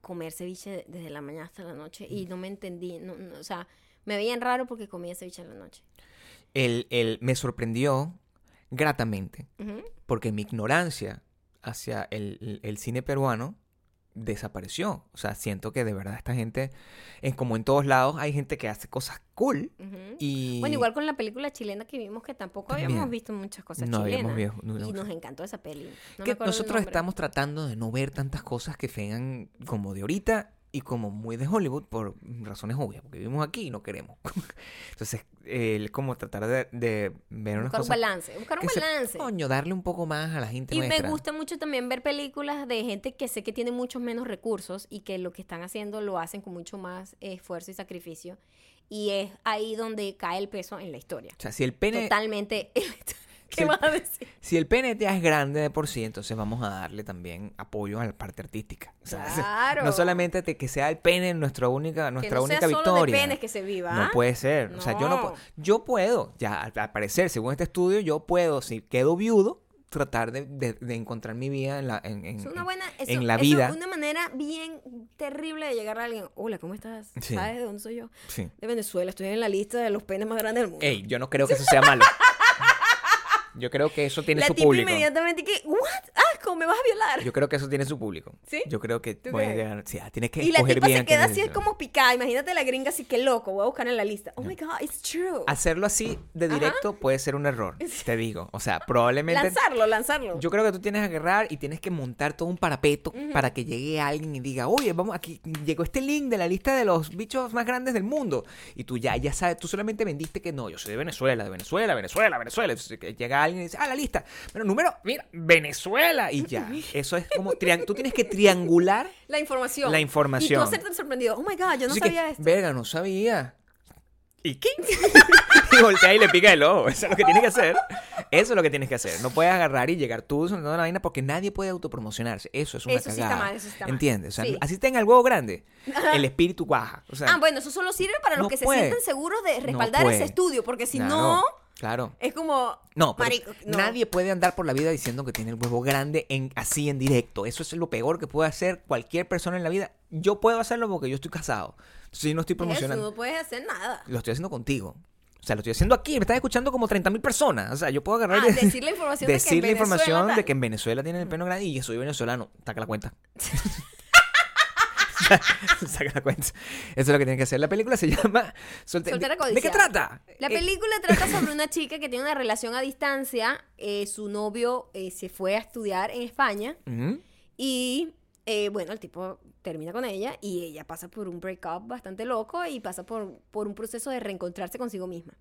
Speaker 1: comer ceviche desde la mañana hasta la noche
Speaker 2: Mm.
Speaker 1: y no me entendí, no- no, o sea, me veían raro porque comía ceviche en la noche.
Speaker 2: El, el- me sorprendió gratamente,
Speaker 1: Ujú.
Speaker 2: porque mi ignorancia hacia el, el- el cine peruano desapareció. O sea, siento que de verdad esta gente, en, como en todos lados, hay gente que hace cosas cool.
Speaker 1: Ujú.
Speaker 2: Y
Speaker 1: Bueno, igual con la película chilena que vimos que tampoco habíamos
Speaker 2: También.
Speaker 1: visto muchas cosas
Speaker 2: No habíamos
Speaker 1: chilenas.
Speaker 2: visto- no
Speaker 1: y
Speaker 2: habíamos-
Speaker 1: nos encantó esa peli. No me
Speaker 2: que
Speaker 1: acuerdo el
Speaker 2: nosotros
Speaker 1: nombre.
Speaker 2: estamos tratando de no ver tantas cosas que vengan como de ahorita y como muy de Hollywood por razones obvias, porque vivimos aquí y no queremos. Entonces, eh, el como tratar de, de ver unas
Speaker 1: Buscar un
Speaker 2: cosas
Speaker 1: balance, buscar un
Speaker 2: que se-
Speaker 1: balance.
Speaker 2: coño, darle un poco más a la gente
Speaker 1: Y me
Speaker 2: nuestra.
Speaker 1: gusta mucho también ver películas de gente que sé que tiene muchos menos recursos y que lo que están haciendo lo hacen con mucho más esfuerzo y sacrificio. Y es ahí donde cae el peso en la historia.
Speaker 2: O sea, si el pene
Speaker 1: Totalmente. ¿Qué
Speaker 2: Sí.
Speaker 1: vas a decir?
Speaker 2: si el pene ya es grande de por sí, entonces vamos a darle también apoyo a la parte artística. O sea,
Speaker 1: Claro.
Speaker 2: No solamente te- que sea el pene nuestra única nuestra
Speaker 1: que no
Speaker 2: única
Speaker 1: sea
Speaker 2: victoria.
Speaker 1: solo de penes que se viva. ¿ah?
Speaker 2: No puede ser. O sea, yo no
Speaker 1: No.
Speaker 2: puedo. Yo puedo, ya al, al parecer, según este estudio, yo puedo, si quedo viudo, tratar de, de- de encontrar mi vida en la, en, en-
Speaker 1: Es una buena,
Speaker 2: en
Speaker 1: eso-
Speaker 2: la
Speaker 1: eso
Speaker 2: vida.
Speaker 1: es una manera bien terrible de llegar a alguien. Hola, ¿cómo estás?
Speaker 2: Sí.
Speaker 1: ¿Sabes de dónde soy yo?
Speaker 2: Sí.
Speaker 1: De Venezuela, estoy en la lista de los penes más grandes del mundo.
Speaker 2: Ey, yo no creo que eso sea malo. Yo creo que eso tiene
Speaker 1: la
Speaker 2: su
Speaker 1: tipa
Speaker 2: público.
Speaker 1: inmediatamente que, ¿what? ¡Asco! ¿Me vas a violar?
Speaker 2: Yo creo que eso tiene su público.
Speaker 1: ¿Sí?
Speaker 2: Yo creo que
Speaker 1: ¿Tú
Speaker 2: puedes
Speaker 1: crees?
Speaker 2: llegar. Sí, ah, tienes que
Speaker 1: Y la
Speaker 2: escoger
Speaker 1: tipa
Speaker 2: bien.
Speaker 1: se
Speaker 2: quién
Speaker 1: queda así, es
Speaker 2: eso.
Speaker 1: como picada. Imagínate la gringa así, qué loco. Voy a buscar en la lista. Oh my god, it's true.
Speaker 2: Hacerlo así de
Speaker 1: Ajá.
Speaker 2: directo puede ser un error. Te digo. O sea, probablemente.
Speaker 1: lanzarlo, lanzarlo.
Speaker 2: Yo creo que tú tienes que agarrar y tienes que montar todo un parapeto para que llegue alguien y diga, oye, vamos, aquí llegó este link de la lista de los bichos más grandes del mundo. Y tú ya, ya sabes, tú solamente vendiste que no, yo soy de Venezuela, de Venezuela, Venezuela, Venezuela. Entonces, que llega alguien y dice, ah, la lista. Pero número, mira, Venezuela. Y ya. Eso es como, trian- tú tienes que triangular.
Speaker 1: la información.
Speaker 2: La información.
Speaker 1: Y tú hacerte sorprendido. Oh my god, yo no
Speaker 2: Así que,
Speaker 1: sabía esto.
Speaker 2: Verga, no sabía. ¿Y qué? y voltea y le pica el ojo. Eso es lo que tienes que hacer. Eso es lo que tienes que hacer. No puedes agarrar y llegar tú soltando la vaina porque nadie puede autopromocionarse. Eso es una
Speaker 1: Eso sí está
Speaker 2: cagada.
Speaker 1: mal, eso sí está mal.
Speaker 2: ¿Entiendes? O sea,
Speaker 1: Sí.
Speaker 2: así tenga el huevo grande, el espíritu baja. O sea,
Speaker 1: Ah, bueno, eso solo sirve para los
Speaker 2: no
Speaker 1: que
Speaker 2: puede.
Speaker 1: se sienten seguros de
Speaker 2: No
Speaker 1: respaldar
Speaker 2: puede.
Speaker 1: ese estudio, porque si
Speaker 2: Claro,
Speaker 1: no,
Speaker 2: Claro.
Speaker 1: es como.
Speaker 2: No, pero
Speaker 1: marico, no.
Speaker 2: nadie puede andar por la vida diciendo que tiene el huevo grande en, así en directo. Eso es lo peor que puede hacer cualquier persona en la vida. Yo puedo hacerlo porque yo estoy casado. Entonces yo no estoy
Speaker 1: Eso,
Speaker 2: promocionando.
Speaker 1: no puedes hacer nada.
Speaker 2: lo estoy haciendo contigo. O sea, lo estoy haciendo aquí, me están escuchando como 30.000 personas. O sea, yo puedo agarrar
Speaker 1: Ah,
Speaker 2: y
Speaker 1: decir la información de que en
Speaker 2: decir la
Speaker 1: Venezuela
Speaker 2: información de
Speaker 1: tal.
Speaker 2: que en Venezuela tienen el pelo grande y yo soy venezolano. Saca la cuenta. Saca la cuenta. Eso es lo que tienen que hacer. La película se llama Solte-
Speaker 1: Soltera
Speaker 2: ¿De, ¿De qué
Speaker 1: codiciada.
Speaker 2: trata?
Speaker 1: La
Speaker 2: Eh,
Speaker 1: película trata sobre una chica que tiene una relación a distancia. eh, su novio eh, se fue a estudiar en España.
Speaker 2: ujú.
Speaker 1: Y eh, bueno, el tipo termina con ella y ella pasa por un breakup bastante loco y pasa por, por un proceso de reencontrarse consigo misma.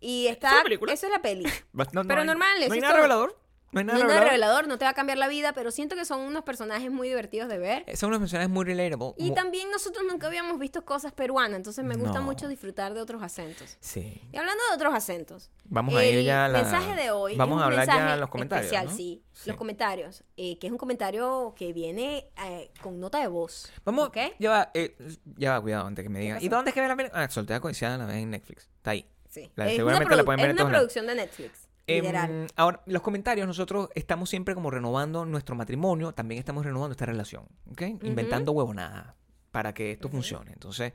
Speaker 1: Y está.
Speaker 2: la película?
Speaker 1: Eso es la peli.
Speaker 2: Va- no- no
Speaker 1: Pero
Speaker 2: hay-
Speaker 1: normal, eso
Speaker 2: No hay
Speaker 1: es
Speaker 2: nada
Speaker 1: todo.
Speaker 2: revelador. No hay
Speaker 1: No
Speaker 2: nada
Speaker 1: es nada
Speaker 2: revelador.
Speaker 1: revelador, no te va a cambiar la vida, pero siento que son unos personajes muy divertidos de ver.
Speaker 2: Son unas menciones muy relatable.
Speaker 1: Y
Speaker 2: Eh, mu-
Speaker 1: también nosotros nunca habíamos visto cosas peruanas, entonces me gusta
Speaker 2: No.
Speaker 1: mucho disfrutar de otros acentos.
Speaker 2: Sí.
Speaker 1: Y hablando de otros acentos.
Speaker 2: Vamos a ir ya a la-
Speaker 1: El mensaje de hoy.
Speaker 2: Vamos
Speaker 1: es un
Speaker 2: a hablar ya
Speaker 1: mensaje
Speaker 2: en los comentarios,
Speaker 1: Especial,
Speaker 2: ¿no?
Speaker 1: sí.
Speaker 2: Sí.
Speaker 1: Los comentarios. eh, que es un comentario que viene eh, con nota de voz.
Speaker 2: Vamos,
Speaker 1: ¿Ok?
Speaker 2: ya va, eh, ya va, cuidado antes que me digan.
Speaker 1: pasó?
Speaker 2: ¿Y dónde es que ve la película? Ah, soltera codiciada la ven en Netflix. Está ahí.
Speaker 1: Sí.
Speaker 2: La-
Speaker 1: es una,
Speaker 2: seguramente la
Speaker 1: produ-
Speaker 2: pueden
Speaker 1: es
Speaker 2: ver en
Speaker 1: una
Speaker 2: todos lados.
Speaker 1: producción de Netflix.
Speaker 2: Em,
Speaker 1: Literal.
Speaker 2: ahora, los comentarios, nosotros estamos siempre como renovando nuestro matrimonio, también estamos renovando esta relación, ¿ok? Inventando huevonadas para que esto funcione. Entonces,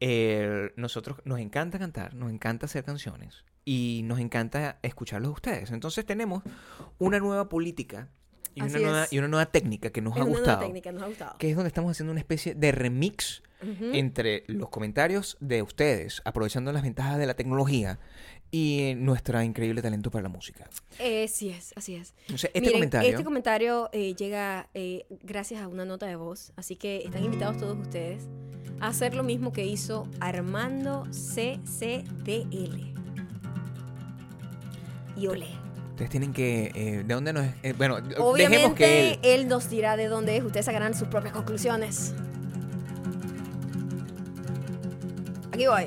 Speaker 2: eh, nosotros nos encanta cantar, nos encanta hacer canciones y nos encanta escucharlos a ustedes. Entonces, tenemos una nueva política y, una
Speaker 1: Así
Speaker 2: nueva,
Speaker 1: es.
Speaker 2: y una nueva técnica que nos
Speaker 1: Es
Speaker 2: ha
Speaker 1: una nueva
Speaker 2: gustado,
Speaker 1: técnica, nos ha gustado.
Speaker 2: que es donde estamos haciendo una especie de remix
Speaker 1: Ujú.
Speaker 2: entre los comentarios de ustedes, aprovechando las ventajas de la tecnología y nuestro increíble talento para la música.
Speaker 1: Eh, sí es, así es.
Speaker 2: Entonces, este
Speaker 1: Miren,
Speaker 2: comentario.
Speaker 1: Este comentario eh, llega eh, gracias a una nota de voz, así que están invitados todos ustedes a hacer lo mismo que hizo Armando CCDL. Y olé.
Speaker 2: Ustedes tienen que. eh, ¿De dónde nos.? eh, bueno, d- dejemos que
Speaker 1: Obviamente eh,
Speaker 2: él.
Speaker 1: él nos dirá de dónde es, ustedes sacarán sus propias conclusiones. Aquí voy.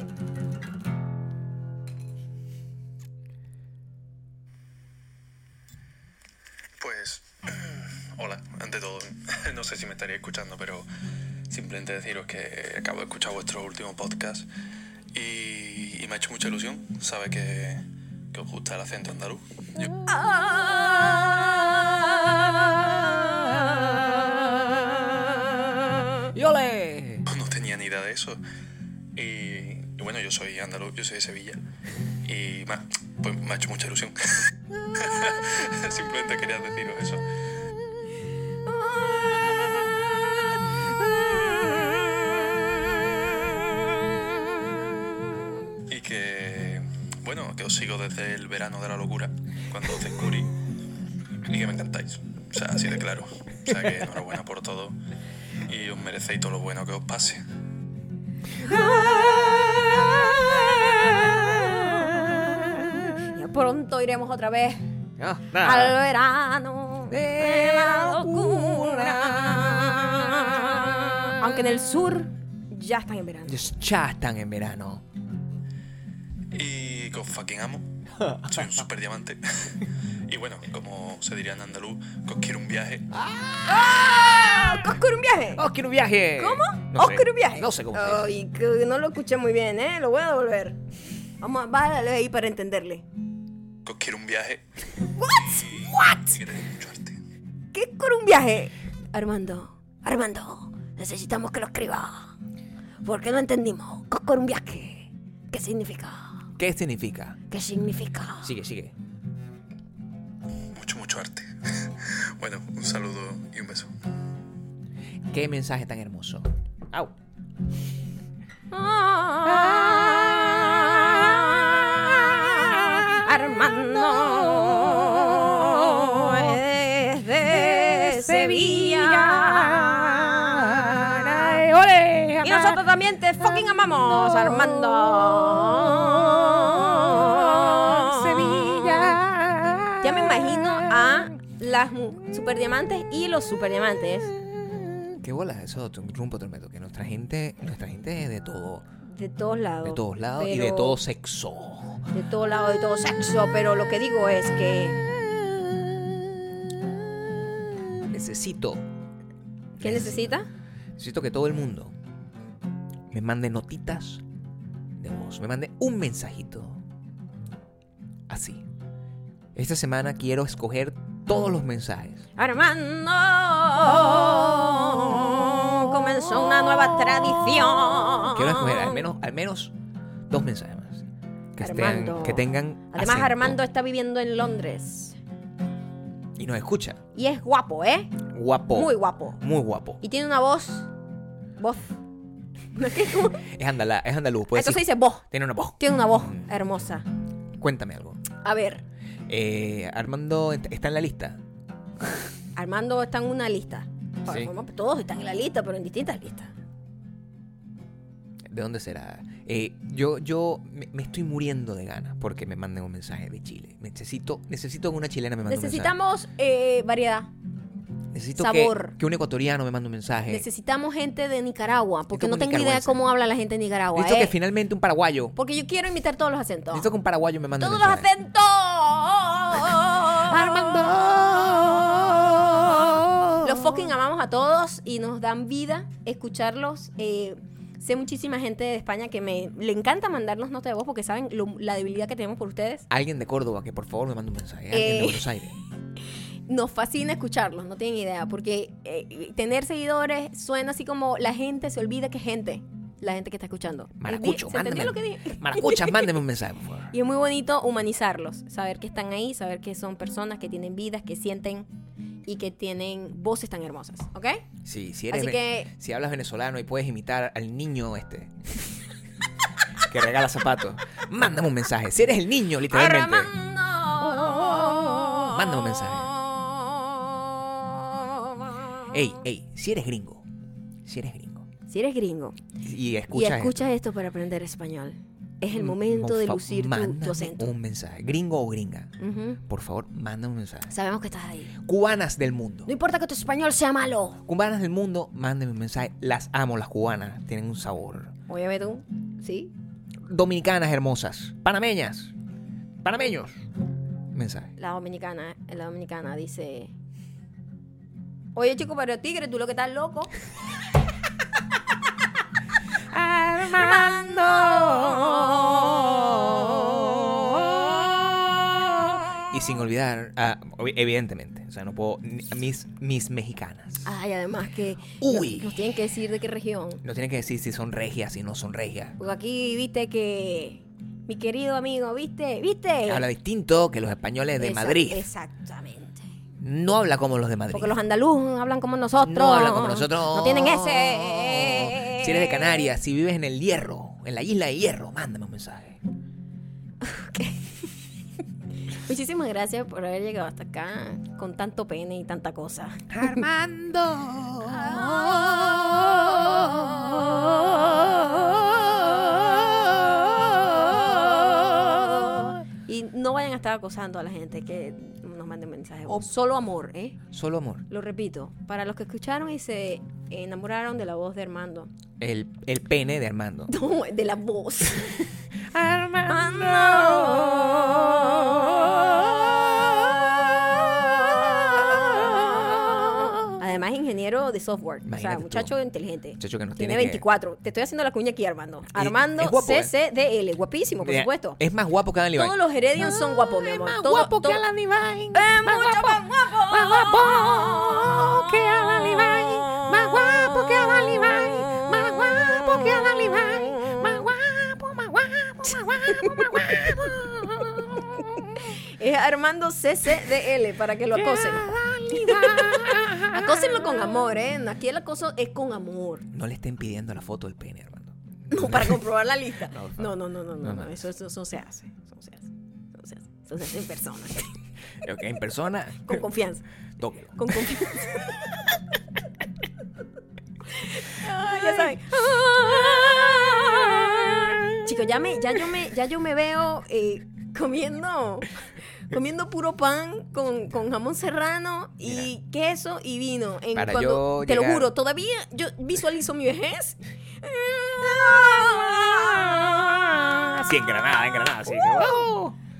Speaker 4: Pues, hola, ante todo, no sé si me estaría escuchando, pero simplemente deciros que acabo de escuchar vuestro último podcast y, y me ha hecho mucha ilusión. Sabe que, que os gusta el acento andaluz. Yo-
Speaker 2: ¡Y ole!
Speaker 4: no tenía ni idea de eso. Y, y bueno, yo soy andaluz, yo soy de Sevilla. Y me ha- pues me ha hecho mucha ilusión. Simplemente quería deciros eso. Y que, bueno, que os sigo desde el verano de la locura, cuando os descubrí. Y que me encantáis. O sea, así de claro. O sea, que enhorabuena por todo. y os merecéis todo lo bueno que os pase.
Speaker 1: Ya pronto iremos otra vez
Speaker 2: Ah,
Speaker 1: al
Speaker 2: nada.
Speaker 1: verano de la locura. Aunque en el sur ya están en verano.
Speaker 2: Ellos ya están en verano.
Speaker 4: Y que os fucking amo. Soy un super diamante. y bueno, como se diría en andaluz, que os quiero un viaje.
Speaker 1: ¡Ah! ¡Oscar un viaje!
Speaker 2: ¡Oh, quiero un viaje!
Speaker 1: ¿Cómo?
Speaker 2: No sé.
Speaker 1: Oscar Oh, un viaje.
Speaker 2: No sé cómo se dice.
Speaker 1: Ay, que no lo escuché muy bien, ¿eh? Lo voy a devolver. Vamos, a- bájale ahí para entenderle.
Speaker 4: Que os quiero un viaje.
Speaker 1: ¿What? ¿What?
Speaker 4: Y que tenéis mucho arte.
Speaker 1: ¿Qué con un viaje? Armando, Armando, necesitamos que lo escriba. Porque no entendimos. ¿Qué con un viaje? ¿Qué significa?
Speaker 2: ¿Qué significa?
Speaker 1: ¿Qué significa?
Speaker 2: Sigue, sigue.
Speaker 4: Mucho, mucho arte. bueno, un saludo y un beso.
Speaker 2: Qué mensaje tan hermoso. Au.
Speaker 1: Ah, Armando desde Sevilla.
Speaker 3: Ay, ole,
Speaker 1: Y
Speaker 3: amar.
Speaker 1: nosotros también te fucking amamos, Armando.
Speaker 3: Sevilla.
Speaker 1: Ya me imagino a las mu- superdiamantes y los superdiamantes.
Speaker 2: Qué bola eso, tu- rumbo tormento. Que nuestra gente, nuestra gente es de todo,
Speaker 1: De todos lados.
Speaker 2: de todos lados y
Speaker 1: Pero-
Speaker 2: de todo sexo.
Speaker 1: De todos lados, de todo sexo. Pero lo que digo es que.
Speaker 2: Necesito,
Speaker 1: ¿Qué necesita?
Speaker 2: necesito que todo el mundo me mande notitas de voz, me mande un mensajito. Así. Esta semana quiero escoger todos los mensajes.
Speaker 1: Armando comenzó una nueva tradición.
Speaker 2: Quiero escoger al menos, al menos dos mensajes más. Que, estén-
Speaker 1: Armando.
Speaker 2: que tengan.
Speaker 1: Además,
Speaker 2: acento
Speaker 1: Armando está viviendo en Londres.
Speaker 2: Y nos escucha.
Speaker 1: Y es guapo, ¿eh?
Speaker 2: Guapo.
Speaker 1: Muy guapo.
Speaker 2: Muy guapo.
Speaker 1: Y tiene una voz. Voz. ¿No es que es como-
Speaker 2: Es andalá, es andaluz. puede
Speaker 1: Entonces
Speaker 2: decir-
Speaker 1: dice voz.
Speaker 2: Tiene una voz.
Speaker 1: Tiene una voz hermosa.
Speaker 2: Cuéntame algo.
Speaker 1: A ver,
Speaker 2: Eh, Armando ent- está en la lista.
Speaker 1: Armando está en una lista. Ahora,
Speaker 2: Sí.
Speaker 1: bueno, Todos están en la lista, pero en distintas listas.
Speaker 2: ¿De dónde será? Eh, yo yo me, me estoy muriendo de ganas porque me manden un mensaje de Chile. Necesito necesito que una chilena me mande un
Speaker 1: Necesitamos eh, variedad.
Speaker 2: mensaje. Necesito que-
Speaker 1: sabor.
Speaker 2: Que, un ecuatoriano me mande un mensaje.
Speaker 1: Necesitamos gente de Nicaragua, porque no
Speaker 2: Necesito un
Speaker 1: tengo idea de
Speaker 2: Eh. nicaragüense.
Speaker 1: cómo habla la gente en Nicaragua.
Speaker 2: Necesito
Speaker 1: ¿eh?
Speaker 2: que finalmente un paraguayo.
Speaker 1: Porque yo quiero imitar todos los acentos.
Speaker 2: Necesito que un paraguayo me mande
Speaker 1: ¡Todos
Speaker 2: un
Speaker 1: los
Speaker 2: mensaje.
Speaker 1: acentos! ¡Armando! Los fucking amamos a todos y nos dan vida escucharlos. Eh, sé muchísima gente de España que me le encanta mandarnos notas de voz porque saben lo- la debilidad que tenemos por ustedes.
Speaker 2: Alguien de Córdoba que por favor me mande un mensaje. Alguien
Speaker 1: Eh.
Speaker 2: de Buenos Aires.
Speaker 1: Nos fascina escucharlos, no tienen idea, porque eh, tener seguidores suena así como la gente se olvida que es gente, la gente que está escuchando.
Speaker 2: Maracucho,
Speaker 1: ¿Se entendió
Speaker 2: mándame.
Speaker 1: lo que dije?
Speaker 2: Maracucha, mándeme un mensaje, por favor.
Speaker 1: Y es muy bonito humanizarlos, saber que están ahí, saber que son personas que tienen vidas, que sienten y que tienen voces tan hermosas, ¿ok?
Speaker 2: Sí, si eres
Speaker 1: Así
Speaker 2: ve-
Speaker 1: que-
Speaker 2: si hablas venezolano y puedes imitar al niño este que regala zapatos, mándame un mensaje. Si eres el niño, literalmente.
Speaker 1: Armando.
Speaker 2: Oh. Manda un Ey, ey, si eres gringo, si eres gringo
Speaker 1: Si eres gringo
Speaker 2: y escuchas
Speaker 1: y escuchas esto. para aprender español, es el momento de lucir tu- tu,
Speaker 2: mándame
Speaker 1: acento.
Speaker 2: Mm, un mensaje, gringo o gringa,
Speaker 1: Ujú.
Speaker 2: por favor, manda un mensaje.
Speaker 1: Sabemos que estás ahí.
Speaker 2: Cubanas del mundo,
Speaker 1: No importa que tu español sea malo.
Speaker 2: cubanas del mundo, mándenme un mensaje. Las amo, las cubanas, tienen un sabor.
Speaker 1: Óyeme tú, ¿sí?
Speaker 2: Dominicanas hermosas, panameñas, panameños, mensaje.
Speaker 1: La dominicana, la dominicana dice... Oye, chico, pero tigre, tú lo que estás loco.
Speaker 2: Y sin olvidar, ah, obvi- evidentemente, o sea, no puedo, ni- mis, mis mexicanas.
Speaker 1: Ay, además que
Speaker 2: Uy.
Speaker 1: Nos, nos tienen que decir de qué región.
Speaker 2: No tienen que decir si son regias, si no son regias.
Speaker 1: Porque aquí viste que mi querido amigo, viste, viste.
Speaker 2: Habla distinto que los españoles de
Speaker 1: Exact-
Speaker 2: Madrid.
Speaker 1: Exactamente.
Speaker 2: No habla como los de Madrid.
Speaker 1: Porque los andaluces hablan como nosotros.
Speaker 2: no hablan como nosotros.
Speaker 1: No tienen ese.
Speaker 2: Si eres de Canarias, si vives en el Hierro, en la isla de Hierro, mándame un mensaje.
Speaker 1: Muchísimas gracias por haber llegado hasta acá con tanto pene y tanta cosa. Y no vayan a estar acosando a la gente que nos manden mensajes.
Speaker 2: O-
Speaker 1: Solo amor, ¿eh?
Speaker 2: Solo amor.
Speaker 1: Lo repito, para los que escucharon y se enamoraron de la voz de Armando.
Speaker 2: El, el pene de Armando.
Speaker 1: No, de la voz. Además, ingeniero de software. o
Speaker 2: Imagínate
Speaker 1: sea,
Speaker 2: tú.
Speaker 1: muchacho inteligente.
Speaker 2: Muchacho que nos
Speaker 1: tiene
Speaker 2: tiene que-
Speaker 1: 24. Te estoy haciendo la cuña aquí, Armando.
Speaker 2: Y-
Speaker 1: Armando
Speaker 2: es guapo, ¿eh?
Speaker 1: CCDL. Guapísimo, por
Speaker 2: Mira,
Speaker 1: supuesto.
Speaker 2: Es más guapo que Dan Levine.
Speaker 1: Todos los Heredian son guapos, mi
Speaker 3: Es
Speaker 1: amor.
Speaker 3: más
Speaker 1: Todo-
Speaker 3: guapo
Speaker 1: todo-
Speaker 3: que Alan Divine.
Speaker 1: ¡Es
Speaker 3: más
Speaker 1: mucho
Speaker 3: guapo,
Speaker 1: más guapo!
Speaker 3: más guapo que Alan Divine. Más guapo que Alan Divine. Más guapo que Alan Divine. Más guapo, más guapo, más guapo, más guapo.
Speaker 1: Es Armando CCDL para que lo
Speaker 3: Que
Speaker 1: acosen.
Speaker 3: Alan
Speaker 1: Ah,
Speaker 3: Divine.
Speaker 1: Acósenlo con amor, ¿eh? Aquí el acoso es con amor.
Speaker 2: No le estén pidiendo la foto del pene, Armando.
Speaker 1: No, para comprobar la lista.
Speaker 2: No, por
Speaker 1: No, no, no, no, no,
Speaker 2: No,
Speaker 1: no,
Speaker 2: no.
Speaker 1: Eso, eso, eso se hace. Eso no se hace. Eso no se hace. Eso se hace en persona.
Speaker 2: Ok, en persona.
Speaker 1: Con confianza.
Speaker 2: Tóquelo.
Speaker 1: Con confianza. Ay, ya saben. Chicos, ya, me, ya, yo me, ya yo me veo eh, comiendo comiendo puro pan con, con jamón serrano y queso y vino. En
Speaker 2: Para
Speaker 1: cuando-
Speaker 2: yo
Speaker 1: te lo
Speaker 2: llegar-
Speaker 1: juro, todavía yo visualizo mi vejez.
Speaker 2: Sí, en Granada, en Granada, sí. sí.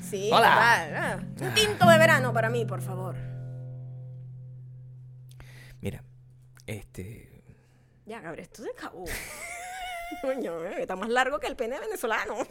Speaker 1: Sí,
Speaker 2: Hola.
Speaker 1: total, ah. Un tinto de verano para mí, por favor.
Speaker 2: Mira, este.
Speaker 1: Ya, Gabriel, esto se acabó. Coño, eh, está más largo que el pene venezolano.